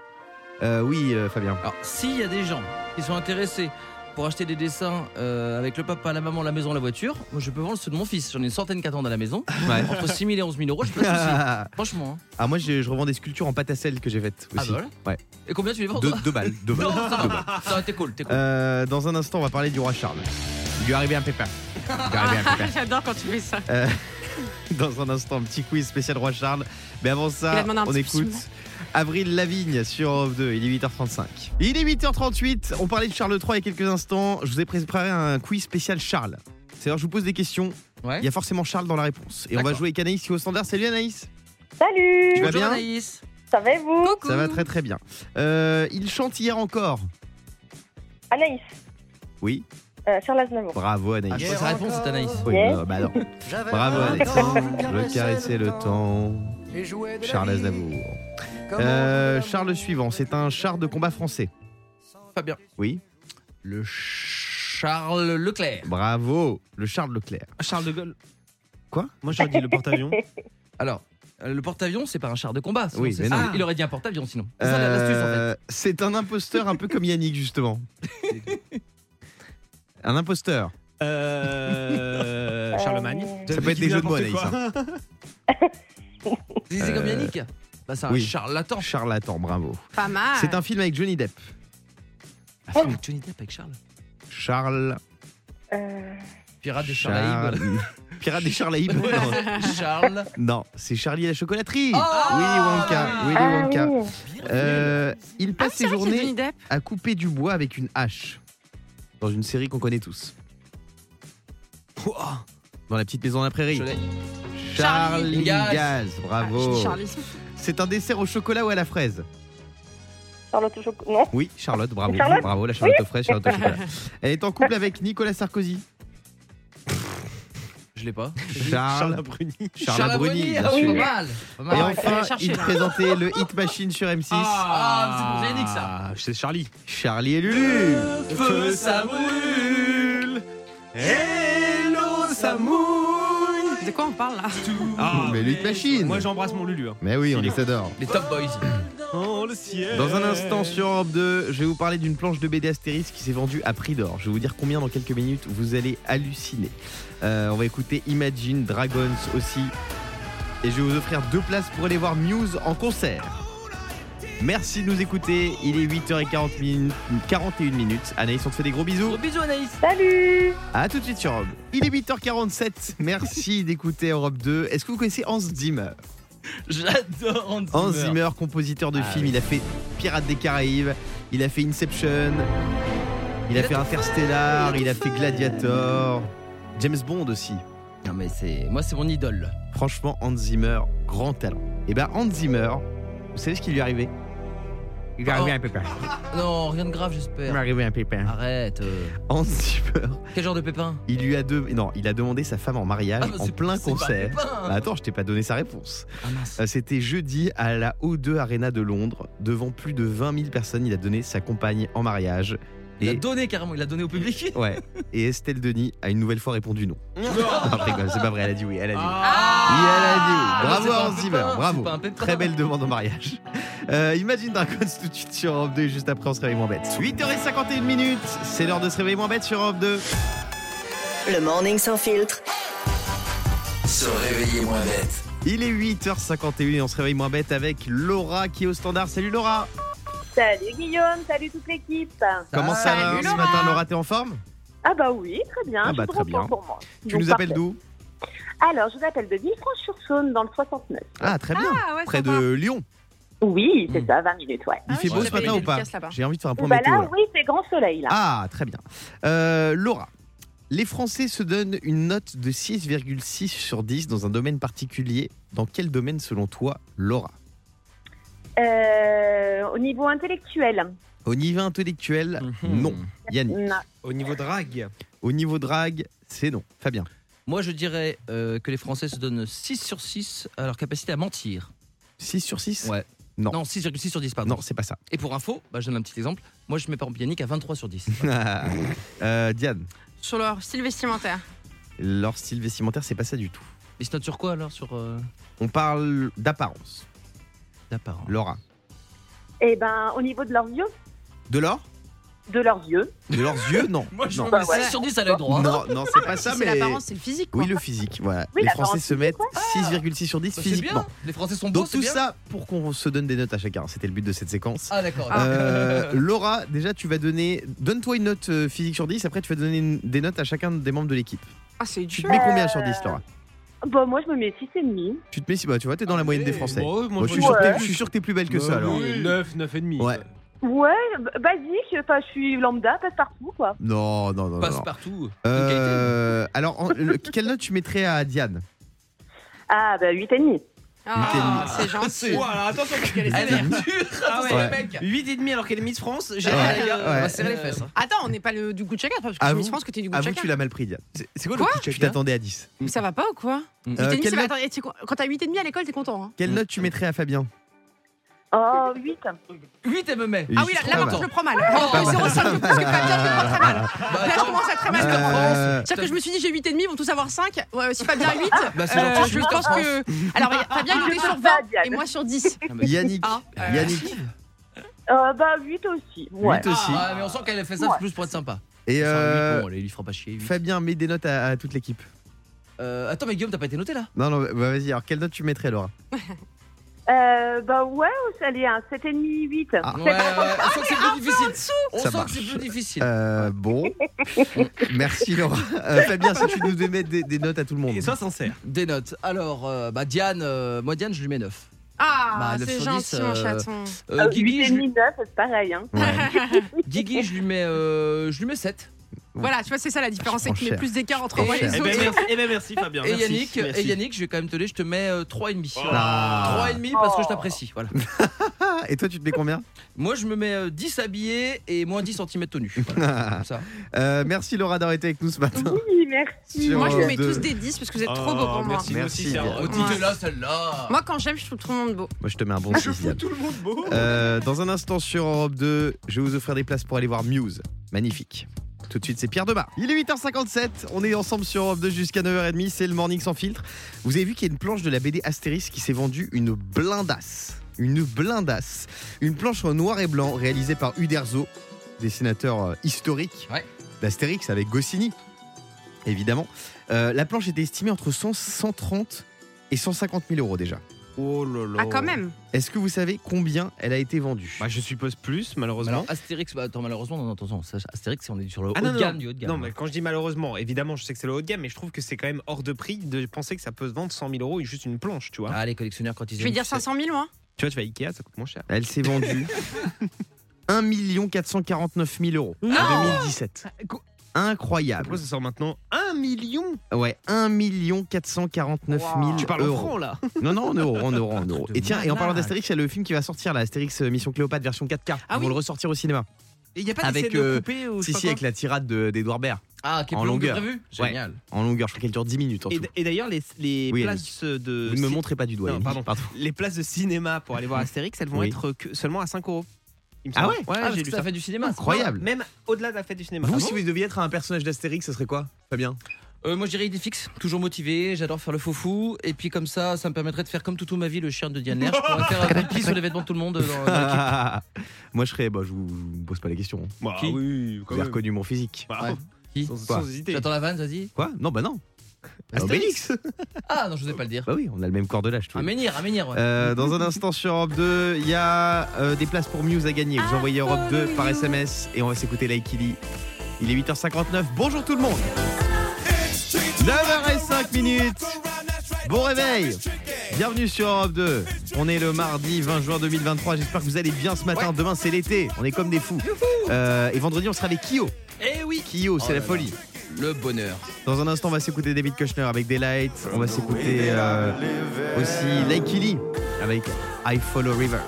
Speaker 3: Euh, Oui, euh, Fabien.
Speaker 5: Alors, s'il y a des gens qui sont intéressés pour acheter des dessins euh, avec le papa, la maman, la maison, la voiture, moi je peux vendre ceux de mon fils. J'en ai une centaine qui attendent à la maison. Entre 6 000 et 11 000 euros, j'ai pas de soucis. Franchement. hein.
Speaker 3: Ah moi je, je revends des sculptures en pâte à sel que j'ai faites
Speaker 5: Ah,
Speaker 3: aussi.
Speaker 5: bah voilà.
Speaker 3: Ouais.
Speaker 5: Et combien tu les vends
Speaker 3: Deux,
Speaker 5: toi
Speaker 3: deux balles, deux balles.
Speaker 5: Non, ça va pas. Ça va, t'es cool, t'es cool.
Speaker 3: Euh, dans un instant on va parler du roi Charles. Il lui est arrivé un pépin. Il lui est arrivé un pépin.
Speaker 4: J'adore quand tu fais ça.
Speaker 3: Dans un instant un petit quiz spécial roi Charles. Mais avant
Speaker 4: Il
Speaker 3: ça
Speaker 4: a demandé un
Speaker 3: on
Speaker 4: petit
Speaker 3: écoute
Speaker 4: bisou.
Speaker 3: Avril Lavigne sur Europe 2. Il est 8h35. Il est 8h38. On parlait de Charles III il y a quelques instants. Je vous ai préparé un quiz spécial Charles. C'est-à-dire je vous pose des questions.
Speaker 5: Ouais.
Speaker 3: Il y a forcément Charles dans la réponse. Et on va
Speaker 5: D'accord.
Speaker 3: jouer avec Anaïs qui est au standard. Salut Anaïs.
Speaker 7: Salut,
Speaker 3: Tu vas
Speaker 5: Bonjour
Speaker 3: bien
Speaker 5: Anaïs.
Speaker 7: ça va et vous
Speaker 4: Coucou.
Speaker 3: Ça va très très bien. Euh, il chante hier encore.
Speaker 7: Anaïs,
Speaker 3: Oui.
Speaker 7: euh, Charles Aznavour.
Speaker 3: Bravo Anaïs.
Speaker 5: Ah, je crois que sa réponse c'est Anaïs.
Speaker 3: Oui,
Speaker 7: Yes.
Speaker 3: non, bah non. Bravo
Speaker 5: Ah,
Speaker 3: Alex. Je caressais le temps. Charles Aznavour. Euh, Charles le suivant, c'est un char de combat français.
Speaker 5: Fabien.
Speaker 3: Oui,
Speaker 5: Le Charles Leclerc.
Speaker 3: bravo. Le Charles Leclerc.
Speaker 6: Charles de Gaulle.
Speaker 3: Quoi
Speaker 6: Moi, j'aurais dit le porte-avions.
Speaker 5: Alors, euh, le porte-avions, c'est pas un char de combat. sinon
Speaker 3: Oui,
Speaker 5: c'est
Speaker 3: mais
Speaker 5: ça.
Speaker 3: non.
Speaker 5: Il aurait dit un porte-avions sinon. C'est ça la- l'astuce en fait.
Speaker 3: Euh, C'est un imposteur un peu comme Yannick justement. un imposteur.
Speaker 6: Euh, Charlemagne.
Speaker 3: Ça peut être des jeux de mots, Anaïs. hein.
Speaker 5: C'est c'est comme Yannick. Bah, c'est un
Speaker 3: euh, oui.
Speaker 5: charlatan.
Speaker 3: Charlatan, bravo.
Speaker 4: Pas mal.
Speaker 3: C'est un film avec Johnny Depp.
Speaker 5: Ah, film Johnny Depp avec Charles.
Speaker 3: Charles.
Speaker 7: Euh,
Speaker 5: Pirate des Charles.
Speaker 3: Charles. Pirate des Charlaïbes. Non,
Speaker 4: Ah,
Speaker 5: Charles.
Speaker 3: non, c'est Charlie et la chocolaterie.
Speaker 5: Oh
Speaker 3: Willy Wonka. Willy
Speaker 7: ah
Speaker 3: Wonka.
Speaker 7: oui.
Speaker 3: Euh, il
Speaker 4: Ah,
Speaker 3: passe
Speaker 4: c'est
Speaker 3: ses
Speaker 4: vrai qu'il y a Johnny
Speaker 3: journées
Speaker 4: Depp.
Speaker 3: à couper du bois avec une hache dans une série qu'on connaît tous. Dans la petite maison de la prairie.
Speaker 5: Je l'ai.
Speaker 3: Charlie
Speaker 5: Charlie Gaz.
Speaker 3: Gaz,
Speaker 4: Ah, je dis
Speaker 3: bravo.
Speaker 4: Charlie.
Speaker 3: C'est un dessert au chocolat ou à la fraise
Speaker 7: Charlotte au chocolat. Non
Speaker 3: Oui, Charlotte, bravo.
Speaker 7: Charlotte
Speaker 3: bravo, la Charlotte aux fraises, Charlotte au chocolat. Elle est en couple avec Nicolas Sarkozy.
Speaker 5: Je l'ai pas.
Speaker 3: Charles,
Speaker 6: Bruni.
Speaker 3: Charles Bruni, bien
Speaker 5: ah oui,
Speaker 3: sûr.
Speaker 5: pas mal. Pas mal.
Speaker 3: Et
Speaker 4: Ah,
Speaker 3: enfin,
Speaker 4: fallait chercher.
Speaker 3: il présentait le Hit Machine sur M6.
Speaker 5: Ah, c'est pour Yannick, ça.
Speaker 6: Ah, c'est Charlie.
Speaker 3: Charlie et Lulu.
Speaker 5: Feu, ça brûle.
Speaker 6: Hello Samoun
Speaker 4: De quoi on parle là
Speaker 6: Ah,
Speaker 3: mais Luc Machine.
Speaker 6: Moi j'embrasse mon Lulu. hein.
Speaker 3: Mais oui, on les adore.
Speaker 5: Les Top Boys.
Speaker 6: Oh le ciel
Speaker 3: Dans un instant sur Europe 2, je vais vous parler d'une planche de BD Astérix qui s'est vendue à prix d'or. Je vais vous dire combien dans quelques minutes, vous allez halluciner. Euh, on va écouter Imagine Dragons aussi. Et je vais vous offrir deux places pour aller voir Muse en concert. Merci de nous écouter, il est 8h41 minutes. 41 minutes. Anaïs, on te fait des gros bisous.
Speaker 5: Gros bisous Anaïs.
Speaker 7: Salut
Speaker 3: A tout de suite sur Europe. Il est 8h47, merci d'écouter Europe 2. Est-ce que vous connaissez Hans Zimmer
Speaker 5: J'adore Hans Zimmer.
Speaker 3: Hans Zimmer, compositeur de
Speaker 5: Ah
Speaker 3: films,
Speaker 5: oui.
Speaker 3: il a fait Pirates des Caraïbes, il a fait Inception, il a fait Interstellar, il a fait Gladiator, James Bond aussi.
Speaker 5: Non mais c'est moi c'est mon idole.
Speaker 3: Franchement, Hans Zimmer, grand talent. Et ben Hans Zimmer, vous savez ce qui lui est arrivé Il lui est
Speaker 5: Oh.
Speaker 3: arrivé un pépin.
Speaker 5: Non rien de grave
Speaker 3: Il lui est
Speaker 5: j'espère.
Speaker 3: arrivé un pépin.
Speaker 5: Arrête. euh.
Speaker 3: Hans Zimmer,
Speaker 5: Quel genre de pépin
Speaker 3: il lui a de... non, il a demandé sa femme en mariage
Speaker 5: Ah, mais
Speaker 3: en
Speaker 5: c'est-
Speaker 3: plein
Speaker 5: c'est pas
Speaker 3: concert.
Speaker 5: un pépin.
Speaker 3: Bah attends, je t'ai pas donné sa réponse.
Speaker 5: Ah, mince.
Speaker 3: Euh, C'était jeudi à la O2 Arena de Londres. Devant plus de 20 000 personnes, il a donné sa compagne en mariage.
Speaker 5: Il a
Speaker 3: Et,
Speaker 5: donné carrément, il a donné au public.
Speaker 3: ouais. et Estelle Denis a une nouvelle fois répondu non. Non, je rigole, c'est pas vrai, elle a dit oui. Elle a dit oui. Oui, elle a dit oui.
Speaker 5: Ah,
Speaker 3: Bravo
Speaker 5: c'est pas un
Speaker 3: à Hans
Speaker 5: pépin,
Speaker 3: Zimmer,
Speaker 5: c'est
Speaker 3: bravo.
Speaker 5: pas un pépin.
Speaker 3: Très belle demande en mariage. Euh, Imagine Dragons tout de suite sur Europe 2 et juste après on se réveille moins bête. 8h51 minutes, c'est l'heure de se réveiller moins bête sur Europe 2.
Speaker 1: Le morning sans filtre.
Speaker 8: Se réveiller moins bête.
Speaker 3: Il est 8h51 et on se réveille moins bête avec Laura qui est au standard. Salut Laura
Speaker 7: Salut Guillaume, salut toute l'équipe.
Speaker 3: Comment ça va
Speaker 4: Salut,
Speaker 3: ce
Speaker 4: Laura.
Speaker 3: matin Laura, t'es en forme
Speaker 7: Ah bah oui, très bien,
Speaker 3: Ah
Speaker 7: je
Speaker 3: bah,
Speaker 7: vous
Speaker 3: très
Speaker 7: réponds
Speaker 3: bien.
Speaker 7: pour moi.
Speaker 3: Tu
Speaker 7: Donc,
Speaker 3: nous appelles
Speaker 7: parfait.
Speaker 3: d'où
Speaker 7: Alors, je vous appelle de Villefranche-sur-Saône dans le 69.
Speaker 3: Ah, très bien.
Speaker 4: Ah ouais,
Speaker 3: Près
Speaker 4: sympa.
Speaker 3: de Lyon.
Speaker 7: Oui, c'est
Speaker 3: Mm.
Speaker 7: ça, 20 minutes, ouais.
Speaker 3: Il
Speaker 4: Ah
Speaker 3: fait
Speaker 4: oui,
Speaker 3: beau
Speaker 4: j'ai
Speaker 3: ce matin
Speaker 4: fait
Speaker 3: ou pas
Speaker 4: dédicace là-bas.
Speaker 3: J'ai envie de faire un point
Speaker 7: Bah
Speaker 3: météo.
Speaker 7: là,
Speaker 3: là.
Speaker 7: oui, c'est grand soleil là.
Speaker 3: Ah, très bien. Euh, Laura, les Français se donnent une note de 6,6 sur 10 dans un domaine particulier. Dans quel domaine, selon toi, Laura
Speaker 7: Euh, au niveau intellectuel,
Speaker 3: Au niveau intellectuel,
Speaker 5: Mhm.
Speaker 3: non. Yannick.
Speaker 7: non.
Speaker 6: Au niveau drague.
Speaker 3: Au niveau drague, c'est non. Fabien.
Speaker 5: Moi je dirais euh, que les Français se donnent 6 sur 6 à leur capacité à mentir.
Speaker 3: 6 sur 6
Speaker 5: Ouais.
Speaker 3: Non.
Speaker 5: Non, 6,6 sur 10 pardon.
Speaker 3: Non, c'est pas ça.
Speaker 5: Et pour info, bah, je donne un petit exemple. Moi je mets par exemple Yannick à 23 sur 10.
Speaker 3: Euh, Diane,
Speaker 4: Sur leur style vestimentaire.
Speaker 3: leur style vestimentaire, c'est pas ça du tout.
Speaker 5: Mais c'est note sur quoi alors Sur euh,
Speaker 3: On parle d'apparence.
Speaker 5: l'apparence.
Speaker 3: Laura.
Speaker 7: Eh ben, au niveau de leurs yeux,
Speaker 3: De l'or
Speaker 7: de leurs yeux.
Speaker 3: De leurs yeux Non.
Speaker 5: Moi je
Speaker 3: non.
Speaker 5: mets
Speaker 7: Bah ouais.
Speaker 5: 6 sur 10 à l'œil droit.
Speaker 3: Non, non, c'est pas
Speaker 4: Si
Speaker 3: ça,
Speaker 4: c'est
Speaker 3: mais.
Speaker 4: l'apparence, c'est le physique. Quoi.
Speaker 3: Oui, le physique, voilà.
Speaker 7: Oui,
Speaker 3: les
Speaker 7: la
Speaker 3: Français
Speaker 7: parole
Speaker 3: se mettent 6,6 sur 10
Speaker 5: Bah, c'est
Speaker 3: physiquement.
Speaker 5: bien. Les Français sont beaux,
Speaker 3: Donc
Speaker 5: c'est
Speaker 3: tout
Speaker 5: bien.
Speaker 3: ça pour qu'on se donne des notes à chacun. C'était le but de cette séquence.
Speaker 5: Ah d'accord.
Speaker 3: Euh, Laura, déjà tu vas donner. Donne-toi une note euh, physique sur 10, après tu vas donner une- des notes à chacun des membres de l'équipe.
Speaker 4: Ah, c'est
Speaker 3: Tu
Speaker 4: dur.
Speaker 3: te mets combien sur 10, Laura
Speaker 7: Bon, bah, moi, je me mets 6,5.
Speaker 3: Tu te mets si bah tu vois, t'es dans la moyenne des Français.
Speaker 6: Moi,
Speaker 3: Bon, je, suis
Speaker 7: Ouais.
Speaker 3: sûr que t'es- Bah je suis sûr que t'es plus belle que ça alors.
Speaker 6: 9, 9,5.
Speaker 3: Ouais.
Speaker 7: Ouais, b- basique, enfin, je suis lambda, passe partout, quoi.
Speaker 3: Non, non, non. non,
Speaker 5: Passe
Speaker 3: non.
Speaker 5: partout.
Speaker 3: Euh, alors, en- le- quelle note tu mettrais à Diane
Speaker 7: Ah, bah, 8,5.
Speaker 4: Ah, c'est gentil.
Speaker 6: Voilà, attention parce qu'elle est
Speaker 5: Elle
Speaker 6: sévère.
Speaker 5: est dure. Attention
Speaker 3: ouais.
Speaker 5: les mecs.
Speaker 6: 8,5 alors qu'elle est Miss France. J'ai
Speaker 3: Ouais.
Speaker 6: les gars.
Speaker 5: On
Speaker 3: Ouais.
Speaker 5: va serrer les fesses. hein.
Speaker 4: Attends, on n'est pas le, du goût de chacun, parce que
Speaker 3: Ah,
Speaker 4: je
Speaker 3: vous
Speaker 4: me pense que t'es du goût de
Speaker 3: Avoue que
Speaker 4: chacun.
Speaker 3: tu l'as mal pris, Diane. C'est- C'est quoi, le
Speaker 4: Quoi
Speaker 3: coup Tu t'attendais à 10.
Speaker 4: Mais ça va pas ou quoi
Speaker 5: Mm.
Speaker 3: Euh,
Speaker 4: 8,5,
Speaker 3: quelle
Speaker 4: ça va,
Speaker 3: note-
Speaker 4: attends, et tu sais quoi, Quand t'as 8,5 à l'école, t'es content. hein.
Speaker 3: Quelle note tu mettrais à Fabien
Speaker 7: Oh, 8.
Speaker 5: 8 elle me met.
Speaker 4: Ah oui, là,
Speaker 3: Pas
Speaker 4: là par
Speaker 3: mal.
Speaker 4: contre, je le prends mal. Oh, 0,5 de plus que Fabien, je le prends très mal. Là,
Speaker 5: Bah,
Speaker 4: je
Speaker 5: attends.
Speaker 4: commence à très mal.
Speaker 3: Euh,
Speaker 4: C'est-à-dire que je me suis dit, j'ai 8,5, ils vont tous avoir 5. Ouais, si Fabien a 8,
Speaker 5: Bah, c'est
Speaker 4: euh,
Speaker 5: gentil,
Speaker 4: je
Speaker 5: huit en
Speaker 4: pense
Speaker 5: France.
Speaker 4: que. Alors, regarde, Fabien, il était sur 20
Speaker 7: pas, Diane.
Speaker 4: et moi sur 10.
Speaker 3: Yannick.
Speaker 4: Ah, euh,
Speaker 3: Yannick.
Speaker 7: Euh, bah, 8 aussi. Ouais.
Speaker 3: 8 aussi.
Speaker 5: Ah, mais on sent qu'elle a fait ça
Speaker 7: Ouais.
Speaker 5: plus pour être sympa.
Speaker 3: Et
Speaker 5: C'est un
Speaker 3: euh,
Speaker 5: huit, bon, allez, il lui fera pas chier. huit.
Speaker 3: Fabien, mets des notes à, à toute l'équipe.
Speaker 5: Euh, attends, mais Guillaume, t'as pas été noté là
Speaker 3: Non, non, bah, vas-y. Alors, quelle note tu mettrais, Laura
Speaker 7: Euh, bah, ouais, allez, un 7,5, 8.
Speaker 3: Ah.
Speaker 5: Ouais, ouais, ouais. On sent que c'est
Speaker 4: Ah,
Speaker 5: plus difficile. On
Speaker 3: Ça
Speaker 5: sent que c'est
Speaker 3: marche.
Speaker 5: plus difficile.
Speaker 3: Euh, Bon. Merci, Laura. Euh, Fabien, si tu nous devais mettre des, des notes à tout le monde.
Speaker 6: Et sois sincère.
Speaker 5: Des notes. Alors, euh, bah Diane, euh, moi Diane, je lui mets 9. Bah,
Speaker 4: Ah,
Speaker 5: neuf
Speaker 4: c'est
Speaker 5: sur dix,
Speaker 4: gentil, mon
Speaker 5: euh,
Speaker 4: chaton.
Speaker 5: Euh,
Speaker 7: Euh,
Speaker 5: Guigui, je, lui-
Speaker 7: 8,5, 9, c'est pareil, hein.
Speaker 3: Ouais.
Speaker 5: Guigui, je lui mets, euh, je lui mets 7.
Speaker 4: Voilà, tu vois, c'est ça la différence, c'est
Speaker 3: prends
Speaker 4: que tu mets
Speaker 3: cher.
Speaker 4: plus d'écart entre
Speaker 5: Je
Speaker 4: moi et
Speaker 5: prends
Speaker 4: les
Speaker 6: Eh
Speaker 5: cher.
Speaker 4: autres.
Speaker 6: ben merci, eh ben, merci, Fabien.
Speaker 5: Et
Speaker 6: merci,
Speaker 5: Yannick,
Speaker 6: merci.
Speaker 5: et Yannick, je vais quand même te les, je te mets euh, 3,5.
Speaker 3: Ah.
Speaker 5: 3,5 parce que je
Speaker 7: Oh.
Speaker 5: t'apprécie. Voilà.
Speaker 3: Ah, et toi, tu te mets combien
Speaker 5: Moi, je me mets euh, 10 habillés et moins 10 cm tenus. Voilà, comme ça.
Speaker 3: Euh, Merci, Laura, d'avoir été avec nous ce matin.
Speaker 7: Oui, merci.
Speaker 3: Sur
Speaker 4: Moi, je vous mets
Speaker 3: Europe 2.
Speaker 4: tous des 10 parce que vous êtes
Speaker 6: Oh,
Speaker 4: trop beaux pour moi.
Speaker 3: Merci,
Speaker 6: Merci, merci. c'est
Speaker 3: Yannick.
Speaker 6: un-
Speaker 5: Oh, dites-la, celle-là.
Speaker 4: Moi, quand j'aime, je trouve tout le monde beau.
Speaker 3: Moi, je te mets un
Speaker 4: Ah,
Speaker 3: bon 6.
Speaker 6: Tout le monde beau.
Speaker 3: Euh, dans un instant sur Europe 2, je vais vous offrir des places pour aller voir Muse. Magnifique. Tout de suite, c'est Pierre Demas. Il est 8h57, on est ensemble sur Europe 2 jusqu'à 9h30, c'est le Morning sans filtre. Vous avez vu qu'il y a une planche de la BD Astérix qui s'est vendue une blindasse. Une blindasse. Une planche en noir et blanc réalisée par Uderzo, dessinateur euh, historique
Speaker 5: Ouais.
Speaker 3: d'Astérix avec Goscinny, évidemment. Euh, la planche était estimée entre 100, 130 et 150 000 euros déjà.
Speaker 6: Oh là là.
Speaker 4: Ah, quand même.
Speaker 3: Est-ce que vous savez combien elle a été vendue
Speaker 6: Bah, je suppose plus, malheureusement.
Speaker 5: Alors, Astérix, bah, attends, malheureusement, non, non, attention, ça, Astérix, on est sur le
Speaker 6: Ah,
Speaker 5: haut
Speaker 6: non,
Speaker 5: de
Speaker 6: non,
Speaker 5: gamme du haut de gamme.
Speaker 6: non, mais quand je dis malheureusement, évidemment, je sais que c'est le haut de gamme, mais je trouve que c'est quand même hors de prix de penser que ça peut se vendre 100 000 euros et juste une planche, tu vois.
Speaker 5: Ah, les collectionneurs, quand ils
Speaker 4: Je vais
Speaker 5: aiment,
Speaker 4: dire
Speaker 5: tu sais.
Speaker 4: 500 000, moi.
Speaker 6: Tu vois, tu vas à Ikea, ça coûte moins cher.
Speaker 3: Elle s'est vendue 1 449 000 euros en 2017.
Speaker 6: Ah,
Speaker 5: Ah
Speaker 3: Incroyable.
Speaker 6: Pourquoi ça sort maintenant 1 million
Speaker 3: Ouais, 1 449 000
Speaker 6: Tu parles en
Speaker 3: euros.
Speaker 6: francs, là
Speaker 3: Non, non, en euros, en euros, en euros.
Speaker 5: de
Speaker 3: Et tiens, et en parlant
Speaker 5: malade.
Speaker 3: d'Astérix, il y a le film qui va sortir, là, Astérix euh, Mission Cléopâtre version 4K.
Speaker 6: Ah
Speaker 3: Ils vont
Speaker 6: oui.
Speaker 3: le ressortir au cinéma.
Speaker 6: Et il n'y a pas
Speaker 3: Avec,
Speaker 6: d'essai de
Speaker 3: euh,
Speaker 6: couper ou je
Speaker 3: Si,
Speaker 6: sais
Speaker 3: si,
Speaker 6: pas
Speaker 3: avec la tirade de- d'Edouard Baird.
Speaker 5: Ah, qui est
Speaker 3: En
Speaker 5: plus longue que
Speaker 3: longueur.
Speaker 5: prévu
Speaker 3: Ouais.
Speaker 5: Génial. Ah,
Speaker 3: En longueur, je crois qu'elle dure 10 minutes en
Speaker 6: Et,
Speaker 3: tout.
Speaker 6: et d'ailleurs, les, les
Speaker 3: Oui,
Speaker 6: places de.
Speaker 3: Vous ne me
Speaker 6: ci-
Speaker 3: montrez pas du doigt.
Speaker 6: Non,
Speaker 3: Yannick.
Speaker 6: pardon. Les places de cinéma pour aller voir Astérix, elles vont
Speaker 3: Oui.
Speaker 6: être que- seulement à 5 euros. il me
Speaker 3: Ah
Speaker 6: semble.
Speaker 3: ouais
Speaker 6: Ouais,
Speaker 5: Ah,
Speaker 6: j'ai
Speaker 5: j'ai
Speaker 6: lu
Speaker 5: ça
Speaker 6: ça.
Speaker 5: fait du cinéma. ça.
Speaker 3: Incroyable.
Speaker 6: Même au-delà de la fête du cinéma.
Speaker 3: Vous,
Speaker 6: Ah
Speaker 3: si
Speaker 6: bon
Speaker 3: vous deviez être un personnage d'Astérix, ce serait quoi Fabien
Speaker 5: Euh, moi, j'irais idée fixe, toujours motivé, j'adore faire le faux fou. Et puis, comme ça, ça me permettrait de faire comme toute ma vie le chien de Diane Lair. Je pourrais faire un pipi sur les vêtements de tout le monde. euh, dans- dans l'équipe.
Speaker 3: Moi, je serais. Bah, je vous, je vous pose pas hein. les questions.
Speaker 6: Bah
Speaker 5: Qui
Speaker 6: oui, quand
Speaker 3: Vous avez
Speaker 6: même.
Speaker 3: reconnu mon physique.
Speaker 6: Bah,
Speaker 5: Ouais. Qui
Speaker 6: sans,
Speaker 3: Quoi
Speaker 6: sans hésiter.
Speaker 5: J'attends la vanne, vas-y.
Speaker 3: Quoi Non, bah non. Obélix.
Speaker 6: Astérix.
Speaker 5: Ah, non, je n'osais pas le dire.
Speaker 3: Bah oui, on a le même corps de l'âge. tous
Speaker 5: Un
Speaker 3: les deux.
Speaker 5: menhir, un menhir, ouais.
Speaker 3: Euh, dans un instant sur Europe 2, il y a euh, des places pour Muse à gagner. Vous envoyez Europe 2 par SMS et on va s'écouter Like Lee. Il est 8h59. Bonjour tout le monde. 9h05 minutes. Bon réveil. Bienvenue sur Europe 2. On est le mardi 20 juin 2023. J'espère que vous allez bien ce matin. Demain c'est l'été. On est comme des fous. Euh, et vendredi on sera avec Kyo.
Speaker 5: Eh oui
Speaker 3: Kyo, c'est
Speaker 5: Oh
Speaker 3: la
Speaker 5: là là.
Speaker 3: folie.
Speaker 5: Le bonheur.
Speaker 3: Dans un instant, on va s'écouter David Kushner avec des lights. On va s'écouter euh, aussi Likey Lee avec I Follow Rivers.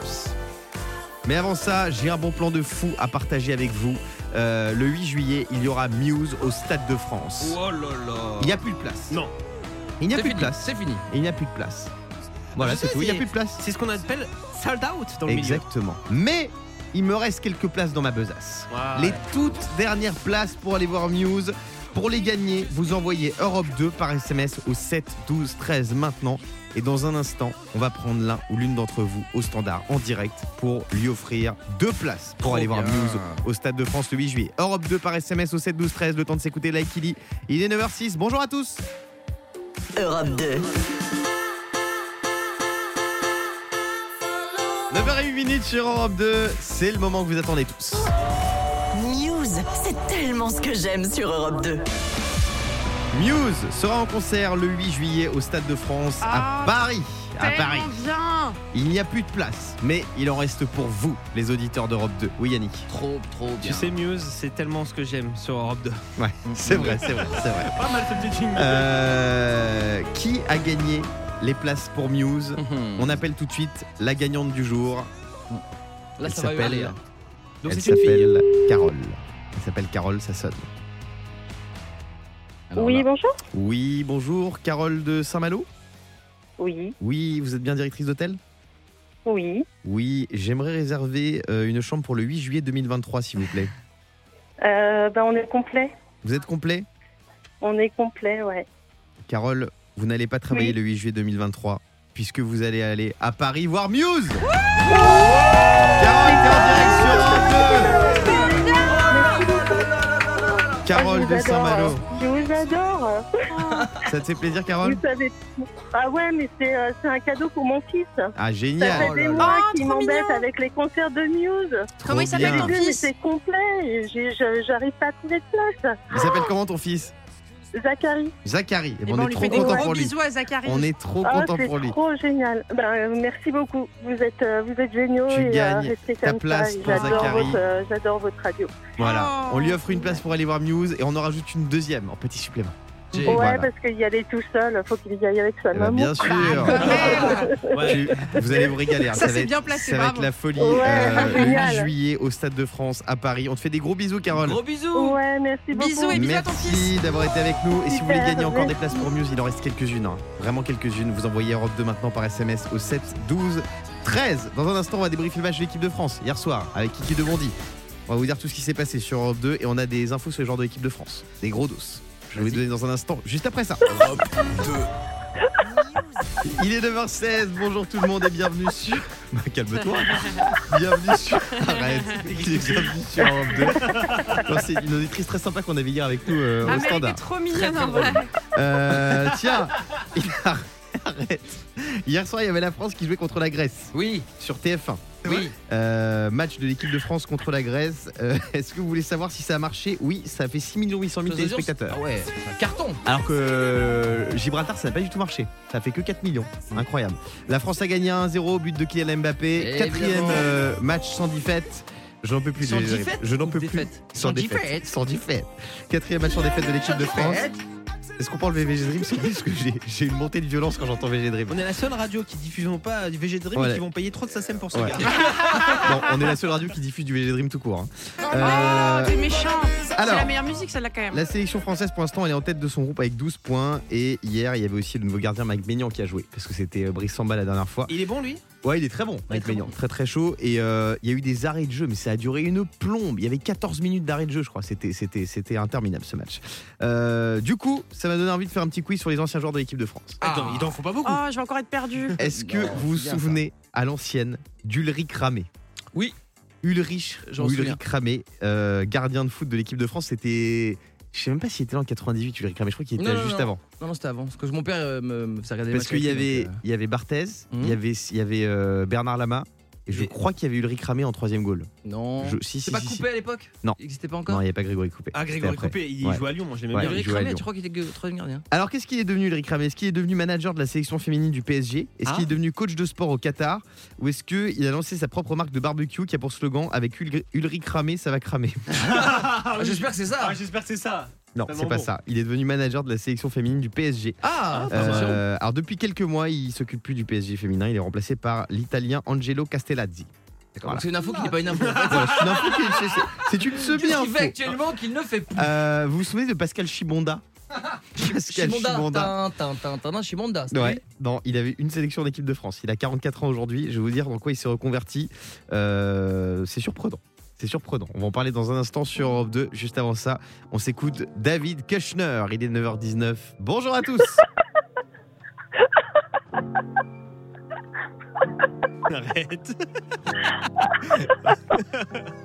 Speaker 3: Mais avant ça, j'ai un bon plan de fou à partager avec vous. Euh, le 8 juillet, il y aura Muse au Stade de France.
Speaker 6: Oh là là.
Speaker 3: Il n'y a plus de place.
Speaker 6: Non.
Speaker 3: Il n'y a
Speaker 5: C'est
Speaker 3: plus de
Speaker 5: fini,
Speaker 3: place.
Speaker 5: c'est fini.
Speaker 3: Il n'y a plus de place. Voilà,
Speaker 6: Je sais,
Speaker 3: c'est tout. Il n'y a
Speaker 6: c'est-
Speaker 3: plus de place.
Speaker 6: C'est ce qu'on appelle sold out dans le milieu.
Speaker 3: Exactement. Mais il me reste quelques places dans ma besace.
Speaker 6: Ah
Speaker 3: les
Speaker 6: ouais.
Speaker 3: toutes dernières places pour aller voir Muse. Pour les gagner, vous envoyez Europe 2 par SMS au 7 12 13 maintenant. Et dans un instant, on va prendre l'un ou l'une d'entre vous au standard en direct pour lui offrir deux places pour
Speaker 5: Trop
Speaker 3: aller voir
Speaker 5: bien.
Speaker 3: Muse au Stade de France le 8 juillet. Europe 2 par SMS au 7 12 13, le temps de s'écouter Like Illy. Il est 9h06. Bonjour à tous.
Speaker 8: Europe 2.
Speaker 3: 9h08 minutes sur Europe 2. C'est le moment que vous attendez tous.
Speaker 9: Muse, c'est tellement ce que j'aime sur Europe 2.
Speaker 3: Muse sera en concert le 8 juillet au Stade de France
Speaker 4: Ah,
Speaker 3: à Paris. À Paris.
Speaker 4: Tellement bien.
Speaker 3: Il n'y a plus de place, mais il en reste pour vous, les auditeurs d'Europe 2. Oui, Yannick.
Speaker 5: Trop, trop bien.
Speaker 6: Tu sais, Muse, c'est tellement ce que j'aime sur Europe 2.
Speaker 3: Ouais, c'est vrai, c'est vrai, c'est vrai.
Speaker 6: Pas mal ce petit jingle.
Speaker 3: Euh, qui a gagné les places pour Muse
Speaker 5: Mhm.
Speaker 3: On appelle tout de suite la gagnante du jour.
Speaker 5: Là,
Speaker 3: elle
Speaker 5: ça va
Speaker 3: s'appelle-
Speaker 5: hurler, là.
Speaker 6: Donc
Speaker 3: Elle
Speaker 6: c'est une fille.
Speaker 3: s'appelle Carole. Elle s'appelle Carole, ça sonne.
Speaker 5: Alors
Speaker 7: Oui,
Speaker 5: là,
Speaker 7: bonjour.
Speaker 3: Oui, bonjour, Carole de Saint-Malo
Speaker 7: Oui,
Speaker 3: Oui, vous êtes bien directrice d'hôtel
Speaker 7: oui.
Speaker 3: Oui, j'aimerais réserver euh, une chambre pour le 8 juillet 2023, s'il vous plaît.
Speaker 7: Euh, ben, on est complet.
Speaker 3: Vous êtes complet
Speaker 7: On est complet, ouais.
Speaker 3: Carole, vous n'allez pas travailler
Speaker 7: Oui.
Speaker 3: le 8 juillet 2023 puisque vous allez aller à Paris voir Muse. Carole, t'es en direct sur Europe 2. Carole
Speaker 7: Ah, je vous
Speaker 3: de
Speaker 7: adore.
Speaker 3: Saint-Malo.
Speaker 7: Je vous adore.
Speaker 3: Ça te fait plaisir, Carole
Speaker 7: Vous savez. Ah ouais, mais c'est euh, c'est un cadeau pour mon fils.
Speaker 3: Ah,
Speaker 7: Ça
Speaker 3: génial.
Speaker 7: fait des
Speaker 5: là
Speaker 7: mois
Speaker 4: là.
Speaker 7: qu'il
Speaker 4: Oh, trop
Speaker 7: m'embête
Speaker 4: mignon.
Speaker 7: avec les concerts de Muse.
Speaker 3: Trop
Speaker 4: Comment il s'appelle
Speaker 3: bien.
Speaker 4: ton
Speaker 7: Oui, mais
Speaker 4: fils
Speaker 7: c'est complet. et j'ai- je- J'arrive pas à trouver de place.
Speaker 3: Il s'appelle comment ton fils
Speaker 7: Zachary.
Speaker 3: Zachary. Eh ben,
Speaker 4: Eh ben,
Speaker 3: on
Speaker 4: on
Speaker 3: est
Speaker 4: lui
Speaker 3: trop
Speaker 4: fait des
Speaker 3: content
Speaker 4: gros
Speaker 3: pour lui.
Speaker 4: bisous à Zachary.
Speaker 3: On est trop
Speaker 7: Ah,
Speaker 3: content
Speaker 7: c'est
Speaker 3: pour lui.
Speaker 7: trop génial. Ben, euh, merci beaucoup. Vous êtes, euh, vous êtes géniaux
Speaker 3: Tu
Speaker 7: et euh,
Speaker 3: gagnes
Speaker 7: restez
Speaker 3: ta
Speaker 7: comme
Speaker 3: place
Speaker 7: ça. Et
Speaker 3: pour
Speaker 7: J'adore
Speaker 3: Zachary.
Speaker 7: votre, euh, j'adore votre radio.
Speaker 3: Voilà.
Speaker 4: Oh.
Speaker 3: On lui offre une place pour aller voir Muse et on en rajoute une deuxième en petit supplément.
Speaker 5: j'ai-
Speaker 7: ouais,
Speaker 3: voilà.
Speaker 7: parce qu'il y allait tout seul. Faut qu'il y aille avec sa
Speaker 4: Ah,
Speaker 3: Eh
Speaker 4: bah,
Speaker 3: ben,
Speaker 7: maman.
Speaker 3: bien sûr.
Speaker 4: Quand même.
Speaker 3: Tu- vous allez vous régaler. hein.
Speaker 4: Ça,
Speaker 3: va
Speaker 4: c'est
Speaker 3: être-
Speaker 4: bien placé,
Speaker 3: Ça va être
Speaker 4: bravo.
Speaker 3: la folie.
Speaker 7: Ouais,
Speaker 3: euh, le 8
Speaker 7: génial.
Speaker 3: juillet au Stade de France à Paris. On te fait des gros bisous, Carole.
Speaker 5: Gros bisous
Speaker 7: Ouais, merci beaucoup.
Speaker 4: Bisous et bisous à ton fils.
Speaker 3: Merci d'avoir été avec nous. Et si vous voulez
Speaker 7: Super,
Speaker 3: gagner encore des
Speaker 7: merci.
Speaker 3: places pour Muse, il en reste quelques-unes. hein. Vraiment quelques-unes. Vous envoyez Europe 2 maintenant par SMS au 7 12 13. Dans un instant, on va débriefer le match de l'équipe de France hier soir avec Kiki de Bondy. On va vous dire tout ce qui s'est passé sur Europe 2 et on a des infos sur les joueurs de l'équipe de France. Des gros dos. Je vais vous les donner dans un instant, juste après ça. Il est 9h16, bonjour tout le monde et bienvenue sur. Bah, Calme-toi. Bienvenue sur. Arrête. Bienvenue sur Europe 2. Non, C'est une auditrice très sympa qu'on avait hier avec nous euh,
Speaker 4: Ah,
Speaker 3: au
Speaker 4: mais elle était
Speaker 3: standard.
Speaker 4: trop mignonne en vrai.
Speaker 3: Euh, tiens, il a- arrête. Hier soir, il y avait la France qui jouait contre la Grèce
Speaker 5: Oui,
Speaker 3: sur TF1.
Speaker 5: oui.
Speaker 3: Euh, match de l'équipe de France contre la Grèce. Euh, Est-ce que vous voulez savoir si ça a marché Oui, ça a fait 6 800 000 téléspectateurs.
Speaker 5: Ah ouais, c'est un carton.
Speaker 3: Alors que euh, Gibraltar, ça n'a pas du tout marché. Ça a fait que 4 millions. Incroyable. La France a gagné 1-0, but de Kylian Mbappé.
Speaker 5: Évidemment.
Speaker 3: Quatrième euh, match sans défaite. Je n'en peux plus.
Speaker 5: Sans
Speaker 3: je-
Speaker 5: défaite
Speaker 3: je n'en
Speaker 5: ou
Speaker 3: peux plus.
Speaker 5: défaite
Speaker 3: Sans
Speaker 5: Sans
Speaker 3: défaite.
Speaker 5: défaite.
Speaker 3: Sans défaite. Quatrième match sans défaite de l'équipe de France. Est-ce qu'on parle VVG Dream Parce que j'ai- j'ai une montée de violence quand j'entends VG Dream.
Speaker 6: On est la seule radio qui diffusons pas du VG Dream
Speaker 3: Ouais.
Speaker 6: et qui vont payer trop de SACEM pour ce
Speaker 3: Ouais.
Speaker 6: gars.
Speaker 3: Bon, on est la seule radio qui diffuse du VG Dream tout court. hein.
Speaker 4: Oh,
Speaker 3: Euh,
Speaker 4: t'es méchant. C'est
Speaker 3: alors.
Speaker 4: la meilleure musique, celle-là, quand même.
Speaker 3: La sélection française, pour l'instant, elle est en tête de son groupe avec 12 points. Et hier, il y avait aussi le nouveau gardien Mike Maignan qui a joué. Parce que c'était euh, Brice Samba la dernière fois.
Speaker 6: Il est bon lui
Speaker 3: Ouais, il est très bon, Mike
Speaker 6: très
Speaker 3: Maignan. Très, très chaud. Et euh, il y a eu des arrêts de jeu, mais ça a duré une plombe. Il y avait 14 minutes d'arrêt de jeu, je crois. C'était, c'était, c'était interminable ce match. Euh, du coup, ça m'a donné envie de faire un petit quiz sur les anciens joueurs de l'équipe de France.
Speaker 6: Attends, il en faut pas beaucoup.
Speaker 4: Oh, je vais encore être perdue.
Speaker 3: Est-ce que
Speaker 5: Non,
Speaker 3: vous vous
Speaker 5: c'est bien, ça.
Speaker 3: souvenez à l'ancienne d'Ulrich Ramé
Speaker 5: Oui.
Speaker 3: Ulrich,
Speaker 5: J'en
Speaker 3: ou
Speaker 5: souviens.
Speaker 3: Ulrich Ramé, euh, gardien de foot de l'équipe de France, c'était. Je sais même pas s'il était là en 98, Ulrich Ramé, je crois qu'il était
Speaker 5: Non,
Speaker 3: là
Speaker 5: non,
Speaker 3: juste
Speaker 5: non.
Speaker 3: avant.
Speaker 5: Non, non, c'était avant. Parce que mon père euh, me, me faisait regarder les
Speaker 3: Parce
Speaker 5: matchs
Speaker 3: qu'il y
Speaker 5: avec lui,
Speaker 3: avait,
Speaker 5: donc, euh,
Speaker 3: il y avait Barthez,
Speaker 5: Mhm.
Speaker 3: il y avait, il y avait euh, Bernard Lama, et je
Speaker 5: Et-
Speaker 3: crois qu'il y avait Ulrich Ramé en troisième goal.
Speaker 5: euh, Non.
Speaker 3: Je- si, si,
Speaker 5: C'est pas
Speaker 3: si, si.
Speaker 5: coupé à l'époque
Speaker 3: Non.
Speaker 5: Il n'existait pas
Speaker 3: Non,
Speaker 5: encore
Speaker 3: il n'y avait pas Grégory Coupé.
Speaker 6: Ah Grégory
Speaker 3: C'était après.
Speaker 6: Coupé, il
Speaker 3: Ouais.
Speaker 6: joue à Lyon, moi j'aimais
Speaker 3: Ouais.
Speaker 6: bien.
Speaker 5: Il avait
Speaker 3: jouait à
Speaker 5: cramé,
Speaker 3: Lyon.
Speaker 5: tu crois qu'il était que- troisième gardien
Speaker 3: Alors, qu'est-ce qu'il est devenu, Ulrich Ramé Est-ce qu'il est devenu manager de la sélection féminine du PSG Est-ce qu'il
Speaker 5: Ah.
Speaker 3: est devenu coach de sport au Qatar Ou est-ce qu'il a lancé sa propre marque de barbecue qui a pour slogan Avec Ulgr- Ulrich Ramé, ça va cramer
Speaker 5: Ah, J'espère que c'est ça
Speaker 6: Ah, j'espère que c'est ça.
Speaker 3: Non,
Speaker 6: Tellement
Speaker 3: c'est pas
Speaker 6: bon.
Speaker 3: ça. Il est devenu manager de la sélection féminine du PSG.
Speaker 5: Ah,
Speaker 3: Euh,
Speaker 5: attention.
Speaker 3: alors, depuis quelques mois, il s'occupe plus du PSG féminin. Il est remplacé par l'italien Angelo Castellazzi.
Speaker 5: D'accord,
Speaker 3: voilà.
Speaker 5: donc C'est une info qui n'est pas une info.
Speaker 3: Voilà, c'est une info qui- c'est- c'est- C'est une
Speaker 5: Qu'est-ce qu'il
Speaker 3: semi-info.
Speaker 5: fait actuellement qu'il ne fait plus
Speaker 3: Euh, vous vous souvenez de Pascal Chibonda Pascal
Speaker 5: Chimonda. Tin, tin, tin, tin, Chimonda. c'est
Speaker 3: Ouais,
Speaker 5: lui
Speaker 3: non, il avait une sélection d'équipe de France. Il a 44 ans aujourd'hui. Je vais vous dire dans quoi il s'est reconverti. Euh, c'est surprenant. C'est surprenant. On va en parler dans un instant sur Europe 2. Juste avant ça, on s'écoute David Kushner. Il est 9h19. Bonjour à tous.
Speaker 6: Arrête.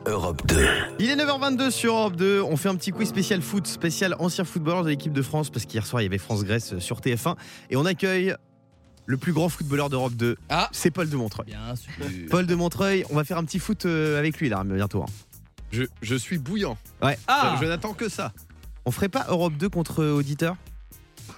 Speaker 8: Europe 2.
Speaker 3: Il est 9h22 sur Europe 2. On fait un petit quiz spécial foot, spécial ancien footballeur de l'équipe de France parce qu'hier soir il y avait France-Grèce sur TF1 et on accueille le plus grand footballeur d'Europe 2.
Speaker 5: Ah.
Speaker 3: C'est Paul de Montreuil.
Speaker 5: Bien sûr.
Speaker 3: Paul de Montreuil, on va faire un petit foot euh, avec lui là bientôt. hein.
Speaker 10: Je, je suis bouillant.
Speaker 3: Ouais.
Speaker 5: Ah.
Speaker 10: Je, je n'attends que ça.
Speaker 3: On ferait pas Europe 2 contre auditeurs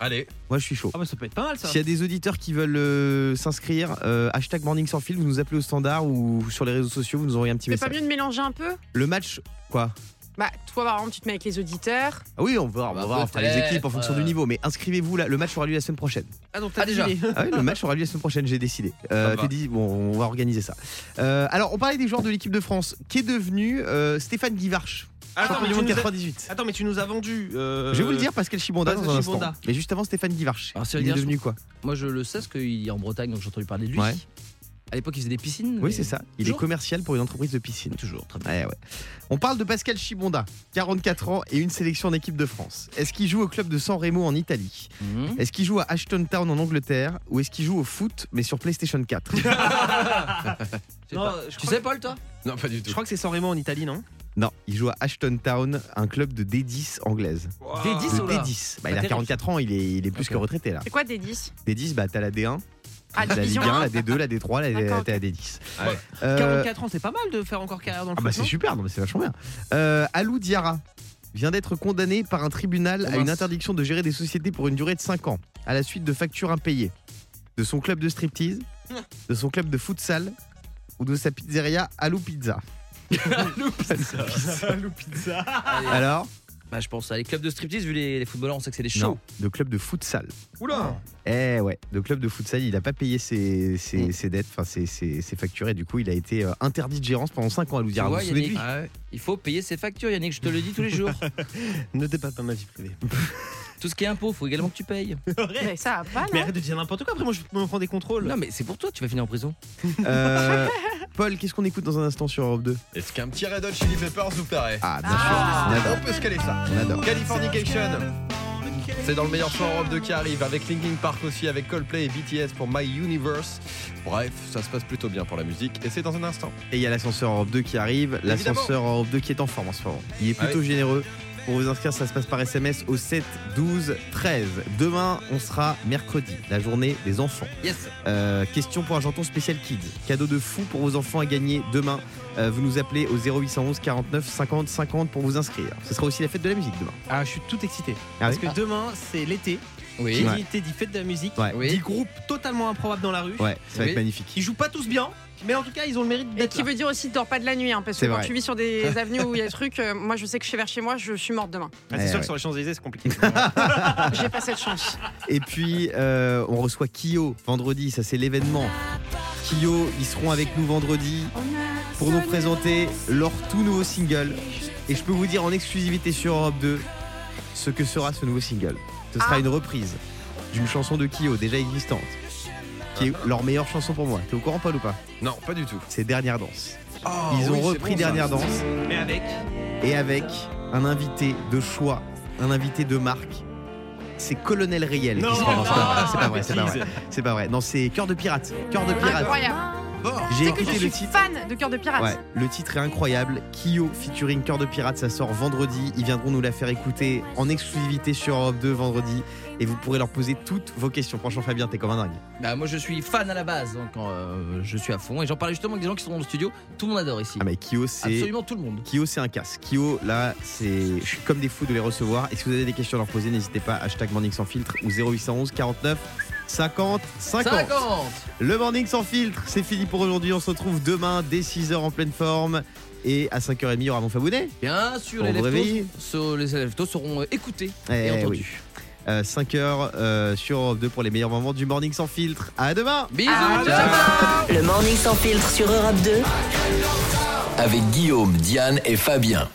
Speaker 10: Allez.
Speaker 3: Moi je suis chaud.
Speaker 6: Ah bah ça peut être pas mal ça.
Speaker 3: S'il y a des auditeurs qui veulent euh, s'inscrire, euh, hashtag Morning sans fil, vous nous appelez au standard ou sur les réseaux sociaux, vous nous envoyez un petit
Speaker 4: C'est pas
Speaker 3: message.
Speaker 4: mieux de mélanger un peu
Speaker 3: Le match, quoi
Speaker 4: Bah, toi, par exemple, tu te mets avec les auditeurs.
Speaker 3: Ah oui, on va, on va
Speaker 5: Bah,
Speaker 3: voir, on fera les
Speaker 5: peut-être,
Speaker 3: équipes en fonction
Speaker 5: euh.
Speaker 3: du niveau, mais inscrivez-vous là. Le match aura lieu la semaine prochaine.
Speaker 6: Ah donc t'as
Speaker 5: Ah, déjà.
Speaker 6: deviné.
Speaker 3: Ah oui, le match aura lieu la semaine prochaine, j'ai décidé. Euh,
Speaker 10: Ça va.
Speaker 3: t'es dit, bon, on va organiser ça. Euh, alors, on parlait des joueurs de l'équipe de France. Qui est devenu euh, Stéphane Guivarch
Speaker 6: Attends,
Speaker 3: Champion
Speaker 6: Ah, mais
Speaker 3: du
Speaker 6: tu
Speaker 3: monde
Speaker 6: nous as-
Speaker 3: 98.
Speaker 6: Attends, mais tu nous as vendu. euh,
Speaker 3: Je vais vous le dire, Pascal Chibonda
Speaker 6: Pascal
Speaker 3: dans un
Speaker 6: Chibonda.
Speaker 3: instant. Mais juste avant, Stéphane Guivarch.
Speaker 5: Alors, Ah, c'est
Speaker 3: Il est
Speaker 5: Guivarch,
Speaker 3: devenu quoi
Speaker 5: Moi, je le sais parce qu'il est en Bretagne, donc j'ai entendu parler de lui.
Speaker 3: Ouais.
Speaker 5: À l'époque, il faisait des piscines. mais-
Speaker 3: Oui, c'est ça. Il est
Speaker 5: Toujours
Speaker 3: commercial pour une entreprise de piscine. Eh
Speaker 5: Toujours, très bien.
Speaker 3: Ouais, ouais. On parle de Pascal Chibonda, 44 ans et une sélection en équipe de France. Est-ce qu'il joue au club de San Remo en Italie
Speaker 5: Mhm.
Speaker 3: Est-ce qu'il joue à Ashton Town en Angleterre Ou est-ce qu'il joue au foot mais sur PlayStation 4
Speaker 5: Je sais pas.
Speaker 6: je
Speaker 5: Tu
Speaker 6: crois
Speaker 5: sais, Paul, toi
Speaker 10: Non, pas du
Speaker 6: Je
Speaker 10: tout.
Speaker 6: crois que c'est San Remo en Italie, non
Speaker 3: Non, il joue à Ashton Town, un club de D10 anglaise.
Speaker 5: Des
Speaker 3: De
Speaker 5: 10 ou là
Speaker 3: D10. Bah, il a
Speaker 5: Pas terrible.
Speaker 3: 44 ans, il est, il est plus
Speaker 5: Ok.
Speaker 3: que retraité là.
Speaker 4: C'est quoi des 10
Speaker 3: D10, bah t'as la D1,
Speaker 4: Ah,
Speaker 3: la Ligue
Speaker 4: division
Speaker 3: 1,
Speaker 4: un.
Speaker 3: la D2, la D3, la,
Speaker 4: D'accord,
Speaker 3: t'as la D10.
Speaker 10: Ouais.
Speaker 3: Euh,
Speaker 6: 44 ans, c'est pas mal de faire encore carrière dans le
Speaker 3: ah bah
Speaker 6: foot,
Speaker 3: c'est super, non mais c'est vachement bien. Euh, Alou Diara vient d'être condamné par un tribunal
Speaker 5: Oh
Speaker 3: à une
Speaker 5: mince.
Speaker 3: interdiction de gérer des sociétés pour une durée de 5 ans, à la suite de factures impayées, de son club de striptease, de son club de futsal ou de sa pizzeria Alou Pizza.
Speaker 6: non Alou Pizza.
Speaker 3: Alors
Speaker 5: Bah, je pense à les clubs de striptease, vu les, les footballeurs, on sait que c'est des
Speaker 3: Non,
Speaker 5: shows.
Speaker 3: de club de futsal.
Speaker 6: Oula.
Speaker 3: Eh ouais, le club de futsal, il n'a pas payé ses, ses-
Speaker 5: Mm.
Speaker 3: ses dettes, enfin ses, ses- ses factures, et du coup, il a été euh, interdit de gérance pendant 5 ans à Alou
Speaker 5: Tu
Speaker 3: Diara. Vous
Speaker 5: vois,
Speaker 3: vous souvenez de
Speaker 5: Yannick,
Speaker 3: lui
Speaker 5: ah ouais. il faut payer ses factures, Yannick, je te le dis tous les jours.
Speaker 6: Ne dépasse pas ma vie privée.
Speaker 5: Tout ce qui est impôt, faut également que tu payes.
Speaker 4: Mais ça va pas,
Speaker 6: Mais
Speaker 4: non
Speaker 6: arrête de dire n'importe quoi, après moi je me prends des contrôles.
Speaker 5: Non, mais c'est pour toi, tu vas finir en prison.
Speaker 3: Euh, Paul, qu'est-ce qu'on écoute dans un instant sur Europe 2
Speaker 10: Est-ce qu'un petit Red Hot Chili Peppers nous plairait
Speaker 3: Ah, bien
Speaker 10: On
Speaker 3: sûr,
Speaker 10: peut se caler ça.
Speaker 3: on adore, on adore.
Speaker 10: Californication. C'est dans le meilleur son Europe 2 qui arrive, avec Linkin Park aussi, avec Coldplay et BTS pour My Universe. Bref, ça se passe plutôt bien pour la musique et c'est dans un instant.
Speaker 3: Et il y a l'ascenseur Europe 2 qui arrive,
Speaker 10: Évidemment.
Speaker 3: l'ascenseur Europe 2 qui est en forme en ce moment. Il est
Speaker 10: Ah
Speaker 3: plutôt généreux. Pour vous inscrire, ça se passe par SMS au 7 12 13. Demain, on sera mercredi, la journée des enfants.
Speaker 5: Yes.
Speaker 3: Euh, question pour un janton spécial kids. Cadeau de fou pour vos enfants à gagner demain. Euh, vous nous appelez au 0811 49 50 50 pour vous inscrire. Ce sera aussi la fête de la musique demain.
Speaker 6: Ah, je suis tout excité.
Speaker 3: Ah
Speaker 6: parce
Speaker 3: oui
Speaker 6: que demain, c'est l'été. Qui
Speaker 5: Oui.
Speaker 6: dit
Speaker 3: Ouais.
Speaker 6: été dit fête de la musique.
Speaker 3: Ouais.
Speaker 5: Oui.
Speaker 6: Dit groupe totalement improbable dans la rue.
Speaker 3: Ouais, ça va
Speaker 5: Oui.
Speaker 3: être magnifique.
Speaker 6: Qui jouent pas tous bien, mais en tout cas, ils ont le mérite
Speaker 4: Et
Speaker 6: d'être.
Speaker 4: qui
Speaker 6: là.
Speaker 4: veut dire aussi dors pas de la nuit, hein, parce que
Speaker 3: C'est
Speaker 4: quand
Speaker 3: vrai.
Speaker 4: tu vis sur des avenues où il y a des trucs, euh, moi je sais que je vais vers chez moi, je suis morte demain.
Speaker 6: Ah, c'est
Speaker 3: Eh
Speaker 6: sûr
Speaker 3: ouais.
Speaker 6: que sur les Champs-Élysées, c'est compliqué.
Speaker 3: Ah.
Speaker 4: J'ai pas cette chance.
Speaker 3: Et puis, euh, on reçoit Kyo vendredi, ça c'est l'événement. Kyo, ils seront avec nous vendredi pour nous présenter leur tout nouveau single. Et je peux vous dire en exclusivité sur Europe 2 ce que sera ce nouveau single. Ce sera
Speaker 4: Ah.
Speaker 3: une reprise d'une chanson de Kyo déjà existante, qui est leur meilleure chanson pour moi. T'es au courant, Paul ou pas
Speaker 10: Non, pas du tout.
Speaker 3: C'est Dernière Danse. Ils
Speaker 6: Oh
Speaker 3: ont
Speaker 10: Ah oui, c'est
Speaker 3: repris
Speaker 10: bon, ça.
Speaker 3: Dernière Danse
Speaker 6: mais avec.
Speaker 3: et avec un invité de choix, un invité de marque. C'est Colonel Riel
Speaker 6: Non,
Speaker 3: qui sera dans ce
Speaker 6: non,
Speaker 3: film. Ah, C'est pas vrai, c'est pas vrai.
Speaker 6: bêtise.
Speaker 3: C'est pas vrai. Non, c'est Cœur de Pirate. Cœur de Pirate.
Speaker 4: Incroyable.
Speaker 3: J'ai
Speaker 4: Que
Speaker 3: écouté
Speaker 4: je
Speaker 3: le
Speaker 4: suis
Speaker 3: titre.
Speaker 4: fan de Cœur de Pirate.
Speaker 3: Ouais, le titre est incroyable. Kyo featuring Cœur de Pirate, ça sort vendredi. Ils viendront nous la faire écouter en exclusivité sur Europe 2 vendredi. Et vous pourrez leur poser toutes vos questions. Franchement, Fabien, t'es comme un dingue.
Speaker 5: Bah, moi, je suis fan à la base, donc euh, je suis à fond. Et j'en parlais justement avec des gens qui sont dans le studio. Tout le monde adore ici.
Speaker 3: Ah, mais Kyo, c'est.
Speaker 5: Absolument tout le monde.
Speaker 3: Kyo, c'est un casse. Kyo, là, c'est. Je suis comme des fous de les recevoir. Et si vous avez des questions à leur poser, n'hésitez pas. Hashtag Morning Sans Filtre ou 0811 49 50 50.
Speaker 5: 50
Speaker 3: Le Morning Sans Filtre, c'est fini pour aujourd'hui. On se retrouve demain dès 6h en pleine forme. Et à 5h30, il y aura mon Fabounet.
Speaker 5: Bien sûr,
Speaker 3: Pour
Speaker 5: les
Speaker 3: vous réveiller.
Speaker 5: lèvres so- les élèves tôt seront euh, écoutés et
Speaker 3: Eh oui.
Speaker 5: entendus.
Speaker 3: Euh, 5h euh, sur Europe 2 pour les meilleurs moments du Morning Sans Filtre. À demain
Speaker 5: Bisous,
Speaker 4: Ah,
Speaker 5: ciao.
Speaker 9: Le Morning sans filtre sur Europe 2.
Speaker 11: Avec Guillaume, Diane et Fabien.